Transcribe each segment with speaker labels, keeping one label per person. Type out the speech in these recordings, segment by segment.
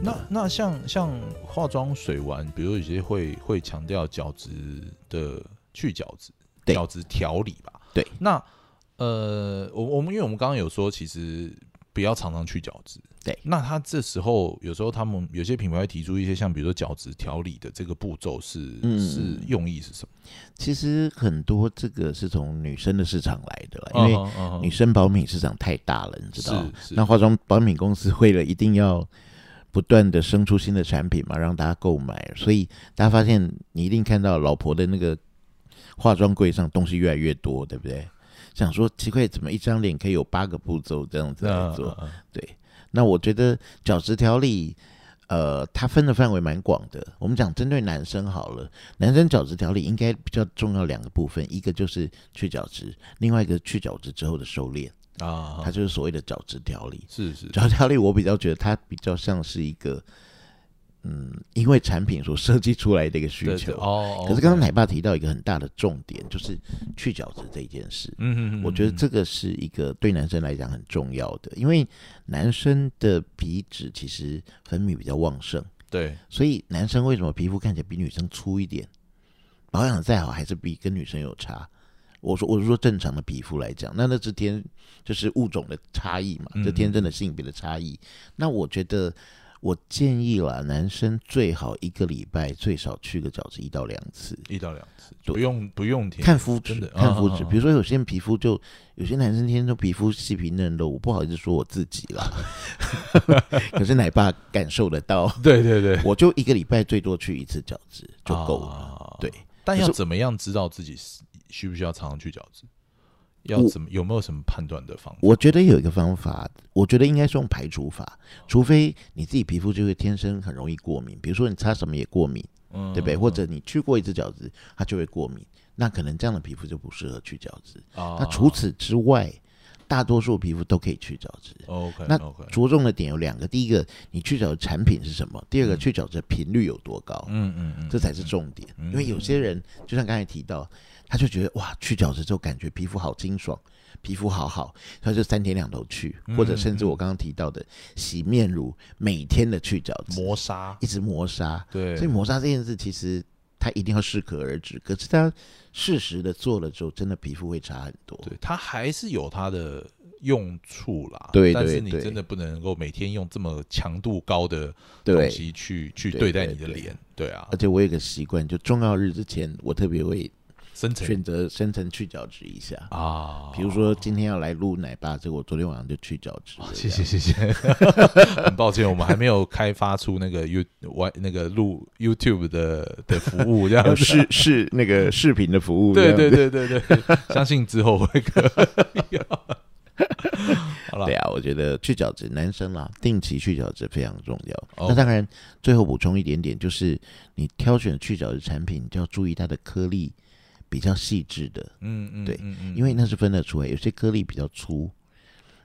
Speaker 1: 那那像像化妆水丸，比如有些会会强调角质的去角质、
Speaker 2: 对
Speaker 1: 角质调理吧。
Speaker 2: 对，
Speaker 1: 那呃，我我们因为我们刚刚有说，其实不要常常去角质。
Speaker 2: 对，
Speaker 1: 那他这时候有时候他们有些品牌会提出一些像比如说角质调理的这个步骤是、
Speaker 2: 嗯
Speaker 1: 是用意是什么？
Speaker 2: 其实很多这个是从女生的市场来的啦，因为
Speaker 1: 嗯哼嗯哼
Speaker 2: 女生保品市场太大了，你知道。
Speaker 1: 是是
Speaker 2: 那化妆保品公司为了一定要不断的生出新的产品嘛，让大家购买，所以大家发现你一定看到老婆的那个化妆柜上东西越来越多，对不对？想说奇怪，怎么一张脸可以有八个步骤这样子来
Speaker 1: 嗯
Speaker 2: 做？
Speaker 1: 嗯嗯
Speaker 2: 那我觉得角质调理，呃，它分的范围蛮广的。我们讲针对男生好了，男生角质调理应该比较重要两个部分，一个就是去角质，另外一个去角质之后的收敛，
Speaker 1: 啊，
Speaker 2: 它就是所谓的角质调理。
Speaker 1: 是是
Speaker 2: 角质调理我比较觉得它比较像是一个，嗯，因为产品所设计出来的一个需
Speaker 1: 对
Speaker 2: 求。
Speaker 1: 对哦，
Speaker 2: 可是刚刚
Speaker 1: OK
Speaker 2: 奶爸提到一个很大的重点，就是去角质这一件事。
Speaker 1: 嗯哼哼
Speaker 2: 我觉得
Speaker 1: 哼
Speaker 2: 这个是一个对男生来讲很重要的，因为男生的皮脂其实分泌比较旺盛，
Speaker 1: 对
Speaker 2: 所以男生为什么皮肤看起来比女生粗一点，保养的再好还是比跟女生有差。我说我是说正常的皮肤来讲，那那是天就是物种的差异嘛，
Speaker 1: 嗯
Speaker 2: 这天生的性别的差异。那我觉得我建议啦，男生最好一个礼拜最少去个角质一到两次。
Speaker 1: 一到两次，
Speaker 2: 对
Speaker 1: 不用不用填
Speaker 2: 看肤质
Speaker 1: 真的，
Speaker 2: 看肤
Speaker 1: 啊啊
Speaker 2: 质。
Speaker 1: 啊
Speaker 2: 比如说，有些人皮肤就有些男生天生皮肤细皮嫩肉，我不好意思说我自己 啦，可是奶爸感受得到。
Speaker 1: 对对对，
Speaker 2: 我就一个礼拜最多去一次角质就够了。
Speaker 1: 啊
Speaker 2: 对，
Speaker 1: 但
Speaker 2: 可
Speaker 1: 要
Speaker 2: 是
Speaker 1: 怎么样知道自己是需不需要常常去角质？要
Speaker 2: 我
Speaker 1: 怎么有没有什么判断的方法？
Speaker 2: 我觉得有一个方法，我觉得应该是用排除法，除非你自己皮肤就会天生很容易过敏，比如说你擦什么也过敏，
Speaker 1: 嗯
Speaker 2: 对不对？或者你去过一次角质，它就会过敏，那可能这样的皮肤就不适合去角质。
Speaker 1: 啊
Speaker 2: 那除此之外，大多数皮肤都可以去角质。
Speaker 1: OK
Speaker 2: 那
Speaker 1: OK，
Speaker 2: 着重的点有两个，第一个，你去角质产品是什么？第二个，
Speaker 1: 嗯
Speaker 2: 去角质的频率有多高？
Speaker 1: 嗯嗯嗯，
Speaker 2: 这才是重点。
Speaker 1: 嗯
Speaker 2: 因为有些人，就像刚才提到，他就觉得哇，去角质之后感觉皮肤好清爽，皮肤好好，他就三天两头去，
Speaker 1: 嗯
Speaker 2: 或者甚至我刚刚提到的洗面乳，每天的去角质，
Speaker 1: 磨砂
Speaker 2: 一直磨砂。
Speaker 1: 对，
Speaker 2: 所以磨砂这件事其实。它一定要适可而止，可是它适时的做了之后，真的皮肤会差很多。
Speaker 1: 对它还是有它的用处啦。
Speaker 2: 对
Speaker 1: 但是
Speaker 2: 对
Speaker 1: 你
Speaker 2: 对
Speaker 1: 真的不能够每天用这么强度高的东
Speaker 2: 对，
Speaker 1: 西去去
Speaker 2: 对
Speaker 1: 对待
Speaker 2: 对
Speaker 1: 你的
Speaker 2: 对呃
Speaker 1: 脸，对啊
Speaker 2: 而，且我有个习惯，就重要日之前，我特别会
Speaker 1: 深层
Speaker 2: 选择深层去角质一下。
Speaker 1: 啊，
Speaker 2: 比如说今天要来录奶爸，这个我昨天晚上就去角质了、
Speaker 1: 哦谢谢谢谢， 很抱歉，我们还没有开发出那个 You 外那个录 YouTube 的的服务，这
Speaker 2: 这样。
Speaker 1: 样
Speaker 2: 有
Speaker 1: 子。
Speaker 2: 视视 那个视频的服务，
Speaker 1: 对
Speaker 2: 这
Speaker 1: 对
Speaker 2: 样子
Speaker 1: 对对对，相信之后会可以。好
Speaker 2: 对
Speaker 1: 了，
Speaker 2: 啊，我觉得去角质男生啦，定期去角质非常重要。
Speaker 1: 哦
Speaker 2: 那当然，最后补充一点点，就是你挑选去角质产品，你就要注意它的颗粒比较细致的，
Speaker 1: 嗯嗯，
Speaker 2: 对
Speaker 1: 嗯，嗯
Speaker 2: 因为那是分得出来，有些颗粒比较粗。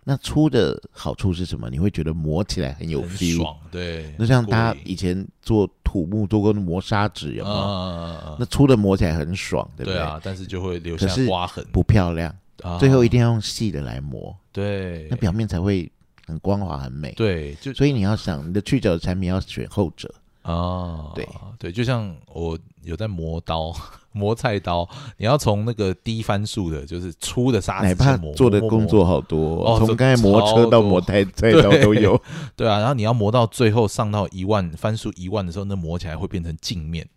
Speaker 2: 那粗的好处是什么？你会觉得磨起来很有
Speaker 1: 很
Speaker 2: feel，
Speaker 1: 爽，对，
Speaker 2: 那像
Speaker 1: 过
Speaker 2: 大家
Speaker 1: 瘾
Speaker 2: 以前做土木做过的磨砂纸有没有？
Speaker 1: 啊，
Speaker 2: 那粗的磨起来很爽，对不
Speaker 1: 对啊，但是就会留
Speaker 2: 可
Speaker 1: 下
Speaker 2: 是
Speaker 1: 刮痕，
Speaker 2: 不漂亮，
Speaker 1: 啊
Speaker 2: 最后一定要用细的来磨，
Speaker 1: 对
Speaker 2: 那表面才会很光滑很美。
Speaker 1: 对， 就
Speaker 2: 所以你要想，你的去角的产品要选后者，
Speaker 1: 啊，
Speaker 2: 对
Speaker 1: 对，就像我有在磨刀、 磨菜刀，你要从那个低番数的，就是粗的沙
Speaker 2: 奶
Speaker 1: 子
Speaker 2: 爸
Speaker 1: 去啊磨，
Speaker 2: 做的
Speaker 1: 磨
Speaker 2: 工，作好多
Speaker 1: 哦
Speaker 2: 哦，
Speaker 1: 这
Speaker 2: 从刚才磨
Speaker 1: 超
Speaker 2: 车到
Speaker 1: 多
Speaker 2: 磨菜菜刀都有。
Speaker 1: 磨对啊，然后你要磨到最后上到一万番数一万的时候，那磨起来会变成镜面，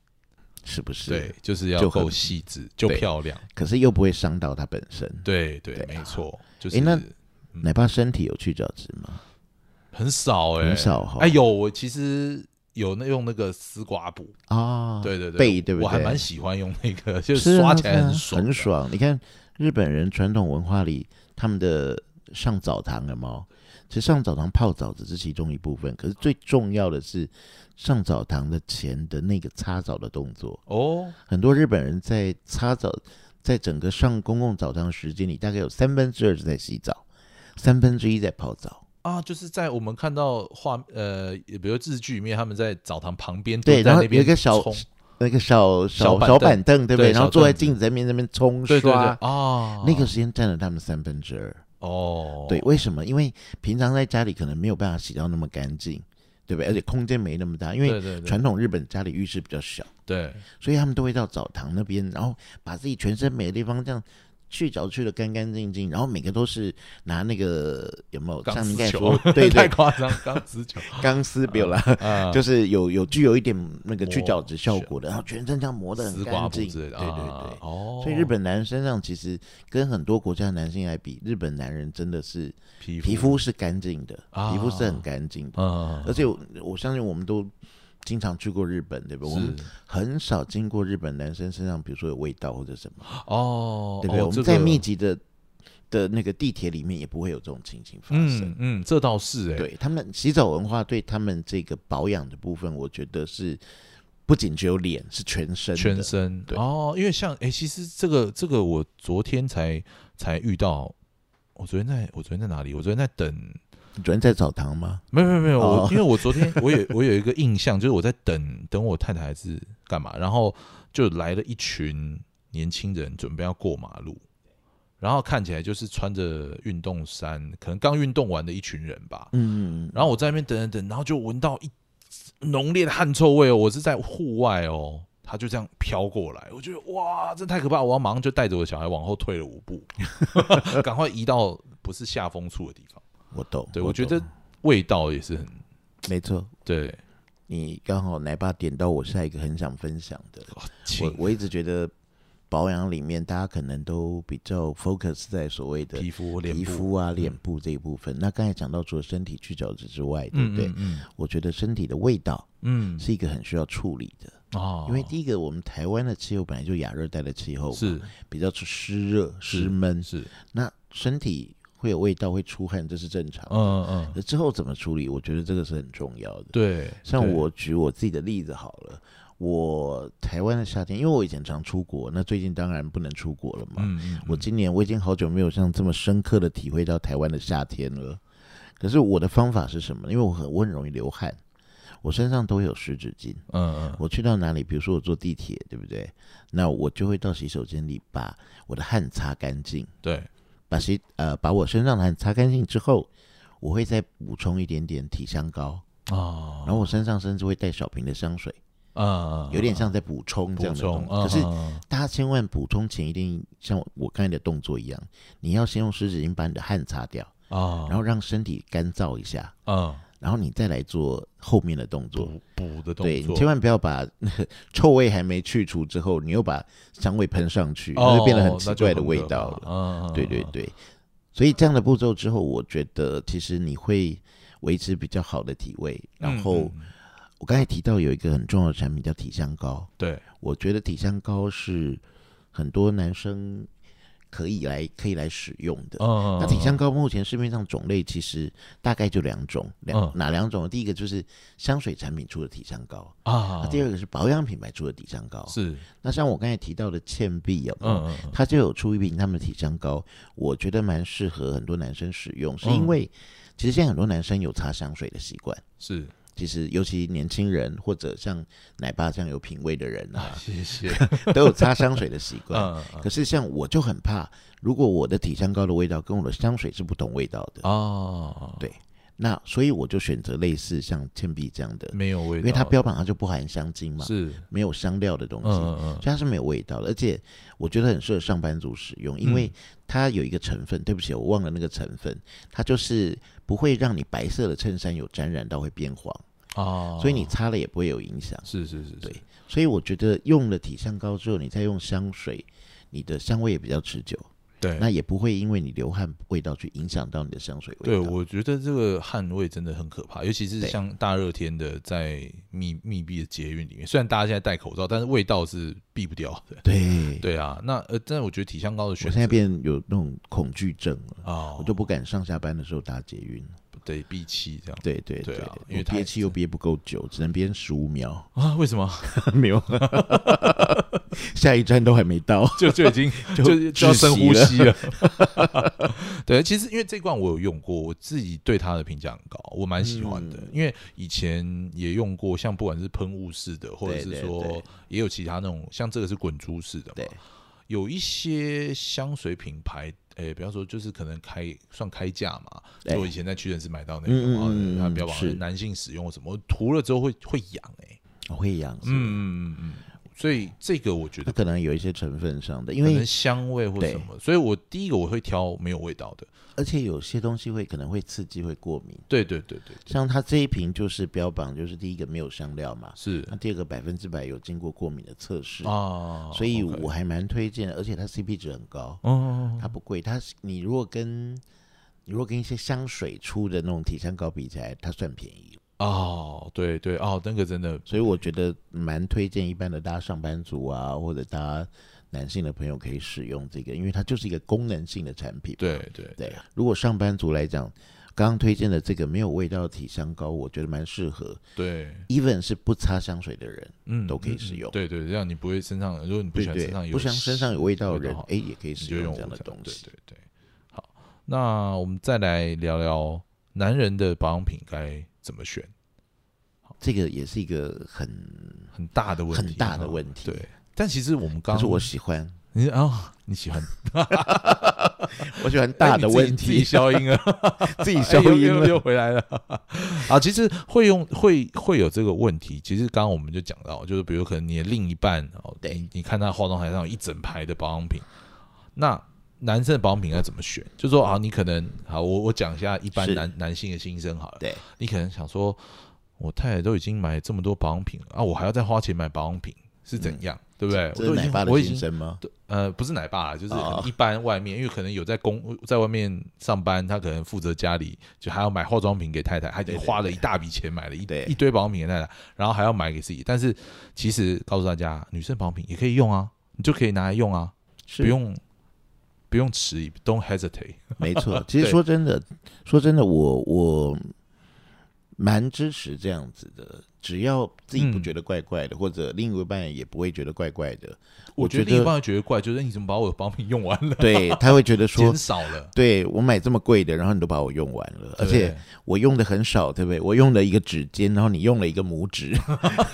Speaker 2: 是不是？
Speaker 1: 对，，就是要
Speaker 2: 就很
Speaker 1: 够细致，就
Speaker 2: 对
Speaker 1: 漂亮，
Speaker 2: 可是又不会伤到它本身。
Speaker 1: 对对，
Speaker 2: 对啊
Speaker 1: 没错，就是
Speaker 2: 诶那
Speaker 1: 嗯
Speaker 2: 奶爸身体有去角质吗？
Speaker 1: 很少哎、
Speaker 2: 很少哈。
Speaker 1: 哎有我其实有那用那个丝瓜布，
Speaker 2: 啊，
Speaker 1: 对对对，
Speaker 2: 背对不
Speaker 1: 我还
Speaker 2: 对
Speaker 1: 蛮喜欢用那 个，就是是
Speaker 2: 啊
Speaker 1: 刷起来
Speaker 2: 是啊
Speaker 1: 很爽的，
Speaker 2: 很爽。你看日本人传统文化里，他们的上澡堂了吗？其实上澡堂泡澡只是其中一部分，可是最重要的是上澡堂的前的那个擦澡的动作。
Speaker 1: 哦，
Speaker 2: 很多日本人在擦澡，在整个上公共澡堂的时间里，大概有三分之二是在洗澡，三分之一在泡澡。
Speaker 1: 啊，就是在我们看到画呃，比如日剧里面他们在澡堂旁边
Speaker 2: 对
Speaker 1: 蹲在
Speaker 2: 然后
Speaker 1: 那边
Speaker 2: 有一个小
Speaker 1: 冲
Speaker 2: 那个小
Speaker 1: 小
Speaker 2: 小
Speaker 1: 板
Speaker 2: 小
Speaker 1: 凳
Speaker 2: 板凳，对不对？
Speaker 1: 对
Speaker 2: 然后
Speaker 1: 小
Speaker 2: 坐在
Speaker 1: 凳子
Speaker 2: 镜子在面那边冲刷，
Speaker 1: 对对对啊，
Speaker 2: 那个时间占了他们三分之二。
Speaker 1: 哦，
Speaker 2: 对，为什么？因为平常在家里可能没有办法洗到那么干净，对不对？而且空间没那么大，因为
Speaker 1: 对对对
Speaker 2: 传统日本家里浴室比较小，
Speaker 1: 对
Speaker 2: 所以他们都会到澡堂那边，然后把自己全身每个地方这样去角去的干干净净，然后每个都是拿那个有没有？
Speaker 1: 钢
Speaker 2: 像你
Speaker 1: 丝
Speaker 2: 刚才
Speaker 1: 球
Speaker 2: 说， 对
Speaker 1: 太
Speaker 2: 对，
Speaker 1: 夸张，钢丝 球
Speaker 2: 钢丝没有啦，
Speaker 1: 啊，
Speaker 2: 就是有有具有一点那个去
Speaker 1: 磨
Speaker 2: 角质效果的，然后全身这样磨得
Speaker 1: 丝
Speaker 2: 很
Speaker 1: 瓜
Speaker 2: 干
Speaker 1: 布
Speaker 2: 净，
Speaker 1: 之类
Speaker 2: 对对
Speaker 1: 的，
Speaker 2: 对
Speaker 1: 啊。哦，
Speaker 2: 所以日本男生上其实跟很多国家的男性来比，日本男人真的是
Speaker 1: 皮
Speaker 2: 皮肤是干净的，
Speaker 1: 啊
Speaker 2: 皮肤是很干净的。
Speaker 1: 啊，
Speaker 2: 而且我我相信我们都经常去过日本，对吧？我们
Speaker 1: 是
Speaker 2: 很少经过日本男生身上，比如说有味道或者什么，
Speaker 1: 哦，
Speaker 2: 对不对？
Speaker 1: 哦
Speaker 2: 我
Speaker 1: 这
Speaker 2: 们在
Speaker 1: 个
Speaker 2: 密集的的那个地铁里面也不会有这种情形发生。
Speaker 1: 嗯嗯，这倒是哎，
Speaker 2: 对他们洗澡文化对他们这个保养的部分，我觉得是不仅只有脸，是全身的
Speaker 1: 全身
Speaker 2: 对
Speaker 1: 哦，因为像哎、其实这个这个我昨天才才遇到，我昨天在我昨天在哪里？我昨天在等，
Speaker 2: 你昨天在澡堂吗？
Speaker 1: 没有没有没有，
Speaker 2: 哦
Speaker 1: 我因为我昨天我有 我有一个印象，就是我在等等我太太还是干嘛，然后就来了一群年轻人，准备要过马路。然后看起来就是穿着运动衫，可能刚运动完的一群人吧。
Speaker 2: 嗯，
Speaker 1: 然后我在那边等等等，然后就闻到一浓烈的汗臭味哦，我是在户外哦，它就这样飘过来，我觉得哇，这太可怕！我要马上就带着我的小孩往后退了五步， 赶快移到不是下风处的地方。
Speaker 2: 我懂。
Speaker 1: 对，我觉
Speaker 2: 懂
Speaker 1: 得味道也是很
Speaker 2: 没错，
Speaker 1: 对，
Speaker 2: 你刚好奶爸点到我下一个很想分享的。
Speaker 1: 哇
Speaker 2: 我
Speaker 1: 亲
Speaker 2: 我一直觉得保养里面，大家可能都比较 focus 在所谓的
Speaker 1: 皮肤、脸
Speaker 2: 皮
Speaker 1: 部，嗯
Speaker 2: 肤啊、脸部这一部分。那刚才讲到，除了身体去角质之外，对
Speaker 1: 嗯
Speaker 2: 不对？
Speaker 1: 嗯
Speaker 2: 我觉得身体的味道
Speaker 1: 嗯
Speaker 2: 是一个很需要处理的，
Speaker 1: 嗯哦，
Speaker 2: 因为第一个，我们台湾的气候本来就亚热带的气候，
Speaker 1: 是
Speaker 2: 比较湿热、湿闷，
Speaker 1: 是
Speaker 2: 那身体会有味道、会出汗，这是正常。
Speaker 1: 嗯嗯
Speaker 2: 而之后怎么处理，我觉得这个是很重要的。
Speaker 1: 对，
Speaker 2: 像
Speaker 1: 对
Speaker 2: 我举我自己的例子好了，我台湾的夏天，因为我以前常出国，那最近当然不能出国了嘛。
Speaker 1: 嗯嗯
Speaker 2: 我今年我已经好久没有像这么深刻的体会到台湾的夏天了。可是我的方法是什么呢？因为我很我很容易流汗，我身上都有湿纸巾。
Speaker 1: 嗯嗯
Speaker 2: 我去到哪里，比如说我坐地铁，对不对？那我就会到洗手间里把我的汗擦干净，
Speaker 1: 对
Speaker 2: 把洗呃把我身上的汗擦干净之后，我会再补充一点点体香膏。
Speaker 1: 啊，
Speaker 2: 然后我身上甚至会带小瓶的香水，
Speaker 1: 啊
Speaker 2: 有点像在补充这
Speaker 1: 补
Speaker 2: 样的东
Speaker 1: 充
Speaker 2: 西。，可是
Speaker 1: 嗯
Speaker 2: 大家千万补充前一定像我刚才的动作一样，你要先用湿纸巾把你的汗擦掉，
Speaker 1: 啊，
Speaker 2: 然后让身体干燥一下，
Speaker 1: 嗯。
Speaker 2: 然后你再来做后面的动作。
Speaker 1: 补补的动
Speaker 2: 对你
Speaker 1: 作，
Speaker 2: 千万不要把 那个臭味还没去除之后，你又把香味喷上去，那就变得
Speaker 1: 哦
Speaker 2: 很奇怪的味道了。
Speaker 1: 了嗯
Speaker 2: 对对，对，所以这样的步骤之后，我觉得其实你会维持比较好的体味，然后。
Speaker 1: 嗯嗯
Speaker 2: 我刚才提到有一个很重要的产品叫体香膏，
Speaker 1: 对，
Speaker 2: 我觉得体香膏是很多男生可以来可以来使用的。
Speaker 1: 嗯，
Speaker 2: 那体香膏目前市面上种类其实大概就两种，两、
Speaker 1: 嗯
Speaker 2: 哪两种？第一个就是香水产品出的体香膏，
Speaker 1: 啊
Speaker 2: 那，第二个是保养品牌出的体香膏。
Speaker 1: 是，
Speaker 2: 那像我刚才提到的倩碧有没有
Speaker 1: 嗯嗯
Speaker 2: 它就有出一瓶他们的体香膏，我觉得蛮适合很多男生使用，是因
Speaker 1: 嗯
Speaker 2: 为其实现在很多男生有擦香水的习惯。
Speaker 1: 是，
Speaker 2: 其实尤其年轻人或者像奶爸这样有品味的人啊，
Speaker 1: 谢谢，
Speaker 2: 都有擦香水的习惯。
Speaker 1: 嗯
Speaker 2: 可是像我就很怕，如果我的体香膏的味道跟我的香水是不同味道的，
Speaker 1: 啊，
Speaker 2: 对那所以我就选择类似像倩碧这样的，
Speaker 1: 没有味道，
Speaker 2: 因为它标榜它就不含香精嘛，
Speaker 1: 嗯啊是，
Speaker 2: 没有香料的东
Speaker 1: 嗯
Speaker 2: 西，所
Speaker 1: 嗯
Speaker 2: 以它是没有味道的。而且我觉得很适合上班族使用，因
Speaker 1: 嗯
Speaker 2: 为它有一个成分，对不起，我忘了那个成分，它就是不会让你白色的衬衫有沾染到会变黄，
Speaker 1: 嗯啊，
Speaker 2: 所以你擦了也不会有影响。
Speaker 1: 是是是，是
Speaker 2: 对所以我觉得用了体香膏之后，你再用香水，你的香味也比较持久，
Speaker 1: 对，
Speaker 2: 那也不会因为你流汗味道去影响到你的香水味
Speaker 1: 对，
Speaker 2: 道。
Speaker 1: 我觉得这个汗味真的很可怕，尤其是
Speaker 2: 对
Speaker 1: 像大热天的，在密密闭的捷运里面，虽然大家现在戴口罩，但是味道是避不掉的。
Speaker 2: 对，
Speaker 1: 对啊，那呃，但我觉得体香膏的选
Speaker 2: 我
Speaker 1: 择
Speaker 2: 现在变有那种恐惧症了，
Speaker 1: 啊，
Speaker 2: 我就不敢上下班的时候搭捷运。
Speaker 1: 得闭气这样
Speaker 2: 对对
Speaker 1: 对啊因为
Speaker 2: 我
Speaker 1: 太
Speaker 2: 憋气又憋不够久，只能憋十五秒，
Speaker 1: 啊？为什么？
Speaker 2: 没有， 下一站都还没到。
Speaker 1: 就就已经
Speaker 2: 就
Speaker 1: 就就要
Speaker 2: 窒息
Speaker 1: 深呼
Speaker 2: 了
Speaker 1: 吸了。 对，其实因为这罐我有用过，我自己对它的评价很高，我蛮喜欢的。
Speaker 2: 嗯
Speaker 1: 因为以前也用过，像不管是喷雾式的，或者
Speaker 2: 对
Speaker 1: 是
Speaker 2: 对
Speaker 1: 说
Speaker 2: 对
Speaker 1: 也有其他那种，像这个是滚珠式的嘛
Speaker 2: 对。
Speaker 1: 有一些香水品牌，诶、比方说就是可能开算开价嘛，
Speaker 2: 对
Speaker 1: 就我以前在屈臣氏买到那
Speaker 2: 嗯嗯
Speaker 1: 种，
Speaker 2: 嗯嗯
Speaker 1: 啊，它
Speaker 2: 嗯
Speaker 1: 标榜
Speaker 2: 是
Speaker 1: 男性使用或什么，我涂了之后会会痒诶。
Speaker 2: 会痒，
Speaker 1: 嗯
Speaker 2: 嗯，
Speaker 1: 嗯嗯嗯，所以这个我觉得
Speaker 2: 它可能有一些成分上的，因
Speaker 1: 可能
Speaker 2: 为
Speaker 1: 香味或
Speaker 2: 对
Speaker 1: 什么，所以我第一个我会挑没有味道的。
Speaker 2: 而且有些东西会可能会刺激会过敏，
Speaker 1: 对对对对，
Speaker 2: 像它这一瓶就是标榜就是第一个没有香料嘛，
Speaker 1: 是
Speaker 2: 那第二个百分之百有经过过敏的测试，
Speaker 1: 啊，
Speaker 2: 所以
Speaker 1: OK
Speaker 2: 我还蛮推荐的，而且它 CP 值很高，
Speaker 1: 哦
Speaker 2: 它不贵，它是你如果跟你如果跟一些香水出的那种体香膏比起来，它算便宜，
Speaker 1: 哦，对对哦，那个真的
Speaker 2: 所以我觉得蛮推荐一般的大家上班族啊，或者大家男性的朋友可以使用这个，因为它就是一个功能性的产品。
Speaker 1: 对对
Speaker 2: 对，啊如果上班族来讲，刚刚推荐的这个没有味道的体香膏，我觉得蛮适合
Speaker 1: 对，
Speaker 2: ，even 是不擦香水的人，
Speaker 1: 嗯，
Speaker 2: 都可以
Speaker 1: 嗯嗯
Speaker 2: 使用
Speaker 1: 对对，这样你不会身上，如果你不
Speaker 2: 对
Speaker 1: 喜欢
Speaker 2: 对
Speaker 1: 身上，有
Speaker 2: 不想身上有味道的
Speaker 1: 味
Speaker 2: 人
Speaker 1: 道，
Speaker 2: 哎，也可以
Speaker 1: 你
Speaker 2: 使
Speaker 1: 就用
Speaker 2: 这样
Speaker 1: 无
Speaker 2: 的
Speaker 1: 香
Speaker 2: 东西。
Speaker 1: 对对对，好，那我们再来聊聊男人的保养品该怎么选，
Speaker 2: 这个也是一个很
Speaker 1: 很大的问题，
Speaker 2: 很大的
Speaker 1: 哈
Speaker 2: 问题。啊
Speaker 1: 对，但其实我们刚
Speaker 2: 可是我喜欢，
Speaker 1: 你啊、你喜欢
Speaker 2: 我喜欢大的问
Speaker 1: 哎你自己自己
Speaker 2: 题，
Speaker 1: 消音啊，
Speaker 2: 自 己消
Speaker 1: 哎
Speaker 2: 音
Speaker 1: 又又
Speaker 2: 了。
Speaker 1: 又回来了 啊！其实会用会会有这个问题，其实刚刚我们就讲到，就是比如可能你的另一半哦，
Speaker 2: 对
Speaker 1: 你你看他化妆台上有一整排的保养品，那男生的保养品要怎么选？就说啊，你可能好，我我讲一下一般
Speaker 2: 是
Speaker 1: 男男性的心声好了，
Speaker 2: 对，
Speaker 1: 你可能想说，我太太都已经买这么多保养品了啊，我还要再花钱买保养品是怎样？对不对？
Speaker 2: 嗯这
Speaker 1: 我
Speaker 2: 是
Speaker 1: 都已
Speaker 2: 奶
Speaker 1: 经
Speaker 2: 爸
Speaker 1: 我
Speaker 2: 的
Speaker 1: 已经
Speaker 2: 心声吗？
Speaker 1: 呃，不是奶爸啦，就是
Speaker 2: 哦
Speaker 1: 一般外面，因为可能有在公在外面上班，他可能负责家里，就还要买化妆品给太太，他已经
Speaker 2: 对对
Speaker 1: 花了一大笔钱买了一
Speaker 2: 对
Speaker 1: 一堆保养品给太太，然后还要买给自己。但是其实告诉大家，女生保养品也可以用啊，你就可以拿来用啊，
Speaker 2: 是
Speaker 1: 不 用不用迟疑，don't hesitate。
Speaker 2: 没错，其实
Speaker 1: 对
Speaker 2: 说真的，说真的，我我蛮支持这样子的。只要自己不
Speaker 1: 嗯
Speaker 2: 觉得怪怪的，或者另一半也不会觉得怪怪的，
Speaker 1: 我
Speaker 2: 觉
Speaker 1: 觉得另一半会觉得怪，就是你怎么把我的保养品用完了，
Speaker 2: 对他 会觉得说
Speaker 1: 减，少了，
Speaker 2: 对我买这么贵的，然后你都把我用完了，而且
Speaker 1: 对
Speaker 2: 我用的很少，对不对？我用了一个指尖，然后你用了一个拇指，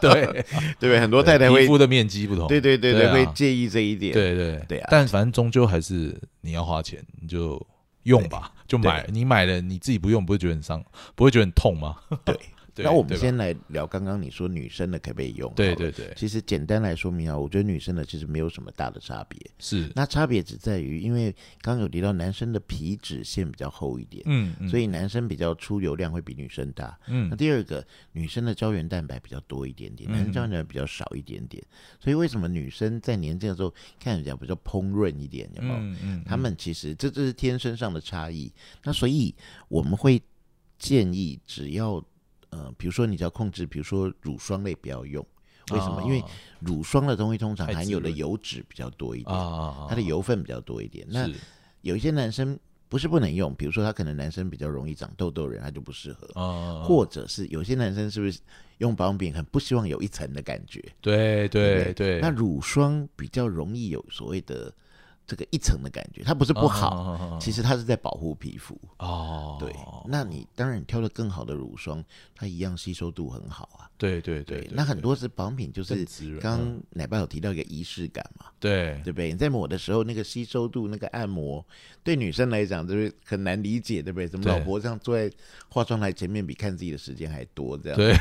Speaker 1: 对，
Speaker 2: 对不对？很多 太太
Speaker 1: 皮
Speaker 2: 会，
Speaker 1: 肤的面积不同，
Speaker 2: 对对对
Speaker 1: 对啊
Speaker 2: 会介意这一点。
Speaker 1: 对对
Speaker 2: 对啊
Speaker 1: 但反正终究还是你要花钱，你就用吧，就买。你买了你自己不用，不会觉得很伤，不会觉得很痛吗？
Speaker 2: 对
Speaker 1: 对，
Speaker 2: 那我们
Speaker 1: 对吧
Speaker 2: 先来聊刚刚你说女生的可不可以用？
Speaker 1: 对对对，
Speaker 2: 其实简单来说明啊，我觉得女生的其实没有什么大的差别。
Speaker 1: 是，
Speaker 2: 那差别只在于，因为刚刚有提到男生的皮脂腺比较厚一点，
Speaker 1: 嗯，嗯
Speaker 2: 所以男生比较出油量会比女生大。那
Speaker 1: 嗯
Speaker 2: 第二个，女生的胶原蛋白比较多一点
Speaker 1: 嗯
Speaker 2: 点，男生胶原蛋白比较少一点点。所以为什么女生在年轻的时候看起来比较烹润一点？有没有？
Speaker 1: 嗯嗯，
Speaker 2: 他们其实这这是天生上的差异。那所以我们会建议，只要呃，比如说你只要控制，比如说乳霜类不要用。为什么？因为
Speaker 1: 啊
Speaker 2: 乳霜的东西通常含有的
Speaker 1: 太滋润
Speaker 2: 油脂比较多一
Speaker 1: 啊
Speaker 2: 点，
Speaker 1: 啊，
Speaker 2: 它的油分比较多一点。那
Speaker 1: 是
Speaker 2: 有一些男生不是不能用，比如说他可能男生比较容易长痘痘的人，他就不适合。
Speaker 1: 啊，
Speaker 2: 或者是有些男生是不是用保养品很不希望有一层的感觉？
Speaker 1: 对
Speaker 2: 对
Speaker 1: 对
Speaker 2: 不
Speaker 1: 对，
Speaker 2: 那乳霜比较容易有所谓的这个一层的感觉，它不是
Speaker 1: 是
Speaker 2: 不好，
Speaker 1: 好
Speaker 2: 其实它是在保护皮肤。
Speaker 1: 嗯啊哦，
Speaker 2: 对，那你当然你挑了更好的乳霜，它一样吸收度很好啊。
Speaker 1: 对对对对，
Speaker 2: 那很多是保养品，就
Speaker 1: 更
Speaker 2: 是
Speaker 1: 滋润
Speaker 2: 刚
Speaker 1: 嗯
Speaker 2: 刚奶爸有提到一个仪式感嘛，
Speaker 1: 对
Speaker 2: 对不对？你在抹的时候，那个吸收度、那个按摩，对女生来讲就是很难理解，对不对？怎么
Speaker 1: 对
Speaker 2: 老婆这样坐在化妆台前面，比看自己的时间还多这样？
Speaker 1: 对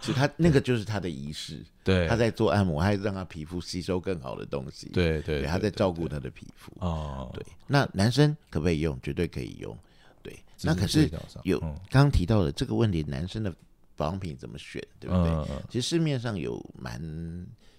Speaker 2: 其实她那个就是她的仪式，
Speaker 1: 对，
Speaker 2: 她在做按摩，还让她皮肤吸收更好的东西，
Speaker 1: 对对
Speaker 2: 对，
Speaker 1: 对，
Speaker 2: 她在照顾她的皮肤。
Speaker 1: 哦，
Speaker 2: 对，那男生可不可以用？绝对可以用。对，
Speaker 1: 这
Speaker 2: 那可是
Speaker 1: 味道上
Speaker 2: 有
Speaker 1: 嗯
Speaker 2: 刚刚提到的这个问题，男生的保养品怎么选，对不对？
Speaker 1: 嗯嗯
Speaker 2: 其实市面上有蛮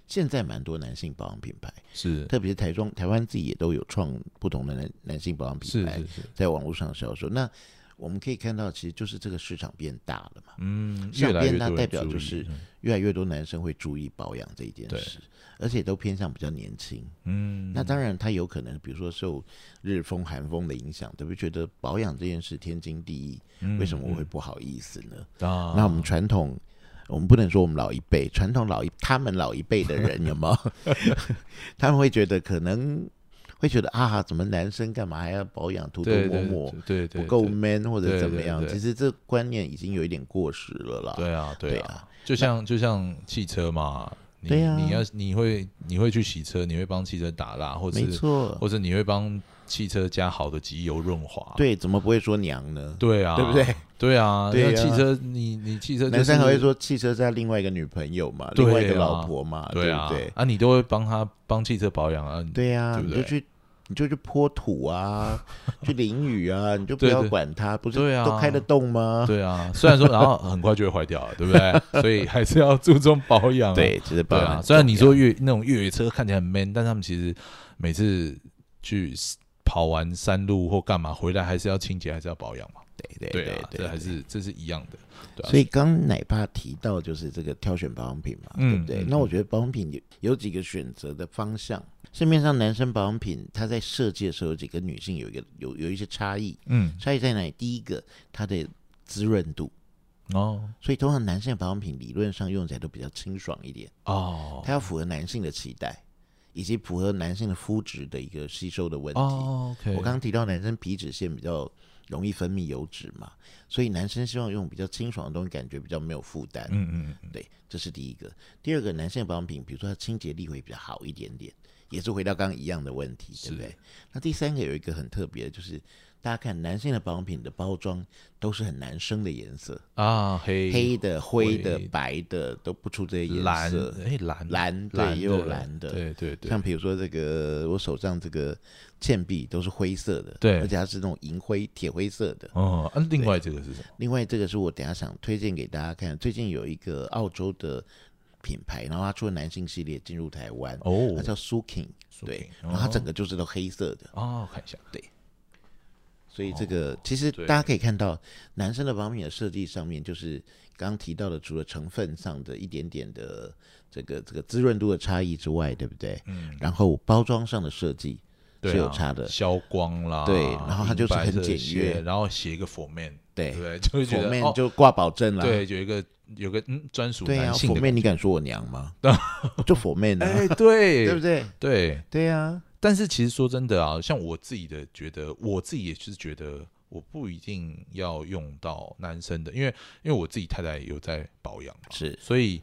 Speaker 2: 现在蛮多男性保养品牌，
Speaker 1: 是
Speaker 2: 特别是台中、台湾自己也都有创不同的男男性保养品
Speaker 1: 是
Speaker 2: 牌
Speaker 1: 是，是，
Speaker 2: 在网络上销售。那我们可以看到，其实就是这个市场变大了嘛，
Speaker 1: 嗯，
Speaker 2: 像
Speaker 1: 越来
Speaker 2: 变
Speaker 1: 越
Speaker 2: 大
Speaker 1: 多人
Speaker 2: 代表
Speaker 1: 注
Speaker 2: 就
Speaker 1: 意
Speaker 2: 是
Speaker 1: 嗯
Speaker 2: 越来越多男生会注意保养这一件
Speaker 1: 对
Speaker 2: 事，而且都偏向比较年轻。
Speaker 1: 嗯，
Speaker 2: 那当然，他有可能，比如说受日风、寒风的影响，对不对？觉得保养这件事天经地义，为什么我会不好意思呢？
Speaker 1: 嗯啊？
Speaker 2: 那我们传统，我们不能说我们老一辈，传统老一他们老一辈的人有没有？ 他们会觉得可能会觉得啊，怎么男生干嘛还要保养，涂涂
Speaker 1: 对
Speaker 2: 抹
Speaker 1: 对
Speaker 2: 抹，
Speaker 1: 对对对
Speaker 2: 不够
Speaker 1: 对
Speaker 2: man 或者
Speaker 1: 对
Speaker 2: 怎么
Speaker 1: 对
Speaker 2: 样？
Speaker 1: 对
Speaker 2: 其实这观念已经有一点过时了啦。
Speaker 1: 对啊，
Speaker 2: 对
Speaker 1: 对啊，
Speaker 2: 啊，
Speaker 1: 就像就像汽车嘛，你
Speaker 2: 对啊
Speaker 1: 你要你会你会去洗车，你会帮汽车打蜡，或者
Speaker 2: 没错，
Speaker 1: 或者你会帮汽车加好的机油润滑。
Speaker 2: 对，怎么不会说娘呢？
Speaker 1: 对啊，
Speaker 2: 对不？对？
Speaker 1: 对 啊，
Speaker 2: 对啊
Speaker 1: 那汽车你你汽车、就是、
Speaker 2: 男生还会说汽车是他另外一个女朋友嘛，
Speaker 1: 对啊
Speaker 2: 另外一个老婆嘛，
Speaker 1: 对
Speaker 2: 不
Speaker 1: 啊，
Speaker 2: 对？
Speaker 1: 啊你都会帮他帮汽车保养啊，
Speaker 2: 对呀，
Speaker 1: 对不
Speaker 2: 你
Speaker 1: 对
Speaker 2: 就去。你就去泼土 啊，去淋雨啊，你就不
Speaker 1: 对
Speaker 2: 要
Speaker 1: 对
Speaker 2: 管它，不是
Speaker 1: 对啊
Speaker 2: 都开得动吗？
Speaker 1: 对啊，虽然说然后很快就会坏掉了，对不对？ 所以还是要注重保养、啊。
Speaker 2: 对，其实
Speaker 1: 对
Speaker 2: 保养
Speaker 1: 啊，
Speaker 2: 很
Speaker 1: 虽然你
Speaker 2: 重
Speaker 1: 说
Speaker 2: 要
Speaker 1: 越那种越野车看起来很 man，但他们其实每次去 s- 跑完山路或干嘛回来，还是要清洁，还是要保养嘛。
Speaker 2: 对
Speaker 1: 对
Speaker 2: 对
Speaker 1: 啊，这还是这是一样的。对啊
Speaker 2: 所以刚奶爸提到就是这个挑选保养品嘛，
Speaker 1: 嗯
Speaker 2: 对不对？
Speaker 1: 嗯
Speaker 2: 那我觉得保养品有有几个选择的方向。市面上男生保养品，它在设计的时候，几个女性有一个有有一些差异，
Speaker 1: 嗯，
Speaker 2: 差异在哪里？第一个，它的滋润度，
Speaker 1: 哦
Speaker 2: 所以通常男性的保养品理论上用起来都比较清爽一点，
Speaker 1: 哦
Speaker 2: 它要符合男性的期待，以及符合男性的肤质的一个吸收的问题。
Speaker 1: 哦，OK，
Speaker 2: 我刚刚提到男生皮脂腺比较容易分泌油脂嘛，所以男生希望用比较清爽的东西，感觉比较没有负担。
Speaker 1: 嗯嗯嗯
Speaker 2: 对，这是第一个。第二个，男性的保养品，比如说它清洁力会比较好一点点，也是回到刚刚一样的问题，对不对？那第三个有一个很特别的，就是大家看男性的保养品的包装都是很男生的颜色，
Speaker 1: 啊，黑
Speaker 2: 黑的、灰的
Speaker 1: 灰、
Speaker 2: 白的都不出这些颜
Speaker 1: 蓝
Speaker 2: 色，
Speaker 1: 哎蓝
Speaker 2: 蓝
Speaker 1: 蓝
Speaker 2: 对也有蓝的。
Speaker 1: 对对对
Speaker 2: 像，比如说这个，我手上这个倩碧都是灰色的，
Speaker 1: 对
Speaker 2: 而且它是那种银灰、铁灰色的。
Speaker 1: 哦，啊，另外这个是什么？
Speaker 2: 另外，这个是我等一下想推荐给大家看。最近有一个澳洲的品牌，然后它出了男性系列进入台湾，它
Speaker 1: 哦，
Speaker 2: 叫 Suking，
Speaker 1: Suking，
Speaker 2: 对，然后它
Speaker 1: 哦
Speaker 2: 整个就是都黑色的，
Speaker 1: 哦，看一下，
Speaker 2: 所以这个其实
Speaker 1: 哦对
Speaker 2: 大家可以看到，男生的保养品的设计上面，就是刚刚提到的，除了成分上的一点点的这个这个滋润度的差异之外，对不对？
Speaker 1: 嗯，
Speaker 2: 然后包装上的设计
Speaker 1: 对啊
Speaker 2: 是有差的，
Speaker 1: 消光啦，
Speaker 2: 对然后它就是
Speaker 1: 银白色
Speaker 2: 很简
Speaker 1: 的
Speaker 2: 约
Speaker 1: 线然后写一个 for man，对
Speaker 2: 对
Speaker 1: 不，对？ 就会觉
Speaker 2: 佛
Speaker 1: 得
Speaker 2: 哎面
Speaker 1: 哦，
Speaker 2: 就挂保证啦。
Speaker 1: 对，有一个有个嗯专属
Speaker 2: 对
Speaker 1: 男
Speaker 2: 啊，
Speaker 1: 性
Speaker 2: 佛
Speaker 1: 的
Speaker 2: 妹，你敢说我 娘吗？我就佛妹呢，
Speaker 1: 哎，对，
Speaker 2: 对不对？
Speaker 1: 对，
Speaker 2: 对啊，
Speaker 1: 但是其实说真的啊，像我自己的觉得，我自己也是觉得，我不一定要用到男生的，因为因为我自己太太有在保养嘛，
Speaker 2: 是
Speaker 1: 所以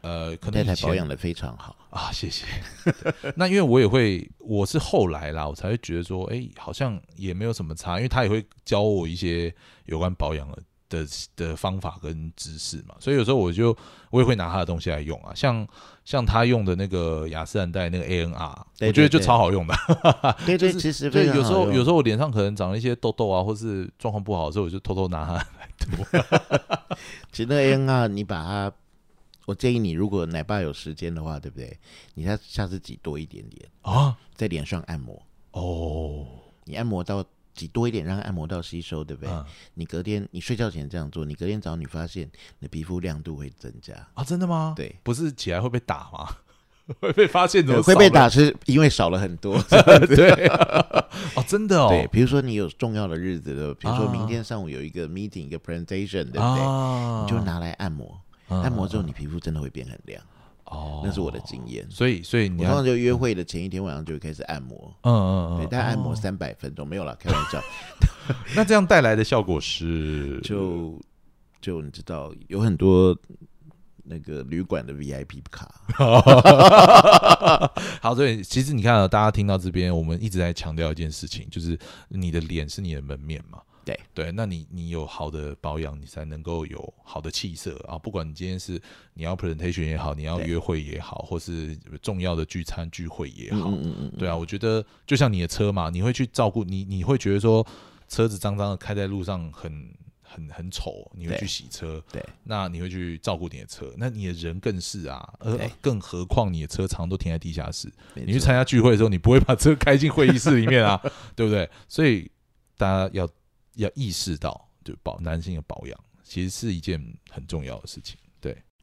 Speaker 1: 呃，可能
Speaker 2: 太
Speaker 1: 以
Speaker 2: 太
Speaker 1: 前
Speaker 2: 保养的非常好。
Speaker 1: 啊，谢 谢。对那因为我也会，我是后来啦，我才会觉得说，哎、好像也没有什么差，因为他也会教我一些有关保养的的的方法跟知识嘛，所以有时候我就我也会拿他的东西来用啊，像像他用的那个雅诗兰黛那个 ANR，
Speaker 2: 对
Speaker 1: 我觉得就
Speaker 2: 对对
Speaker 1: 超好用的。
Speaker 2: 对对，
Speaker 1: 啊就是
Speaker 2: 其实
Speaker 1: 对，
Speaker 2: 非常
Speaker 1: 有时候
Speaker 2: 好用
Speaker 1: 有时候我脸上可能长了一些痘痘啊，或是状况不好的时候，我就偷偷拿它。
Speaker 2: 其实那 N R 你把它，我建议你如果奶爸有时间的话，对不对？你下下次挤多一点点，
Speaker 1: 啊，
Speaker 2: 在脸上按摩，
Speaker 1: 哦，
Speaker 2: 你按摩到挤多一点，让它按摩到吸收，对不对？
Speaker 1: 嗯
Speaker 2: 你隔天你睡觉前这样做，你隔天早上你发现你的皮肤亮度会增加。
Speaker 1: 啊，真的吗？，
Speaker 2: 对，呃
Speaker 1: 不是起来会被打吗？ 会被发现怎么
Speaker 2: 会被
Speaker 1: 少了
Speaker 2: 打是因为少了 很多。
Speaker 1: 对，哦，真的哦，
Speaker 2: 啊对，比如说你有重要的日子的，比如说
Speaker 1: 啊
Speaker 2: 明天上午有一个 meeting，一个 presentation，对不对？
Speaker 1: 啊，
Speaker 2: 你就拿来按摩，
Speaker 1: 嗯
Speaker 2: 按摩之后你皮肤真的会变很亮，
Speaker 1: 哦，
Speaker 2: 那是我的经验。
Speaker 1: 所以所以
Speaker 2: 我
Speaker 1: 你
Speaker 2: 通
Speaker 1: 要
Speaker 2: 常就约会的前一天晚上就会开始按摩，
Speaker 1: 嗯嗯
Speaker 2: 对，
Speaker 1: 嗯，
Speaker 2: 大概按摩
Speaker 1: 哦
Speaker 2: 三百分钟，没有啦，开玩笑，
Speaker 1: 那这样带来的效果是
Speaker 2: 就就你知道有很多那个旅馆的 VIP 卡，
Speaker 1: 好，所以其实你看啊，大家听到这边，我们一直在强调一件事情，就是你的脸是你的门面嘛。
Speaker 2: 对
Speaker 1: 对，那你你有好的保养，你才能够有好的气色啊。不管你今天是你要 presentation 也好，你要
Speaker 2: 对
Speaker 1: 约会也好，或是重要的聚餐聚会也
Speaker 2: 嗯
Speaker 1: 好，
Speaker 2: 嗯嗯嗯，
Speaker 1: 对啊，我觉得就像你的车嘛，你会去照顾你，你会觉得说车子脏脏的开在路上很很很丑，你会
Speaker 2: 对
Speaker 1: 去洗车，
Speaker 2: 对，
Speaker 1: 那你会去照顾你的车，那你的人更是啊，而
Speaker 2: 对
Speaker 1: 更何况你的车常都停在地下室，
Speaker 2: 没
Speaker 1: 你去
Speaker 2: 错
Speaker 1: 参加聚会的时候，你不会把车开进会议室里面 啊，对不对？所以大家要要意识到，就保男性的保养其实是一件很重要的事情。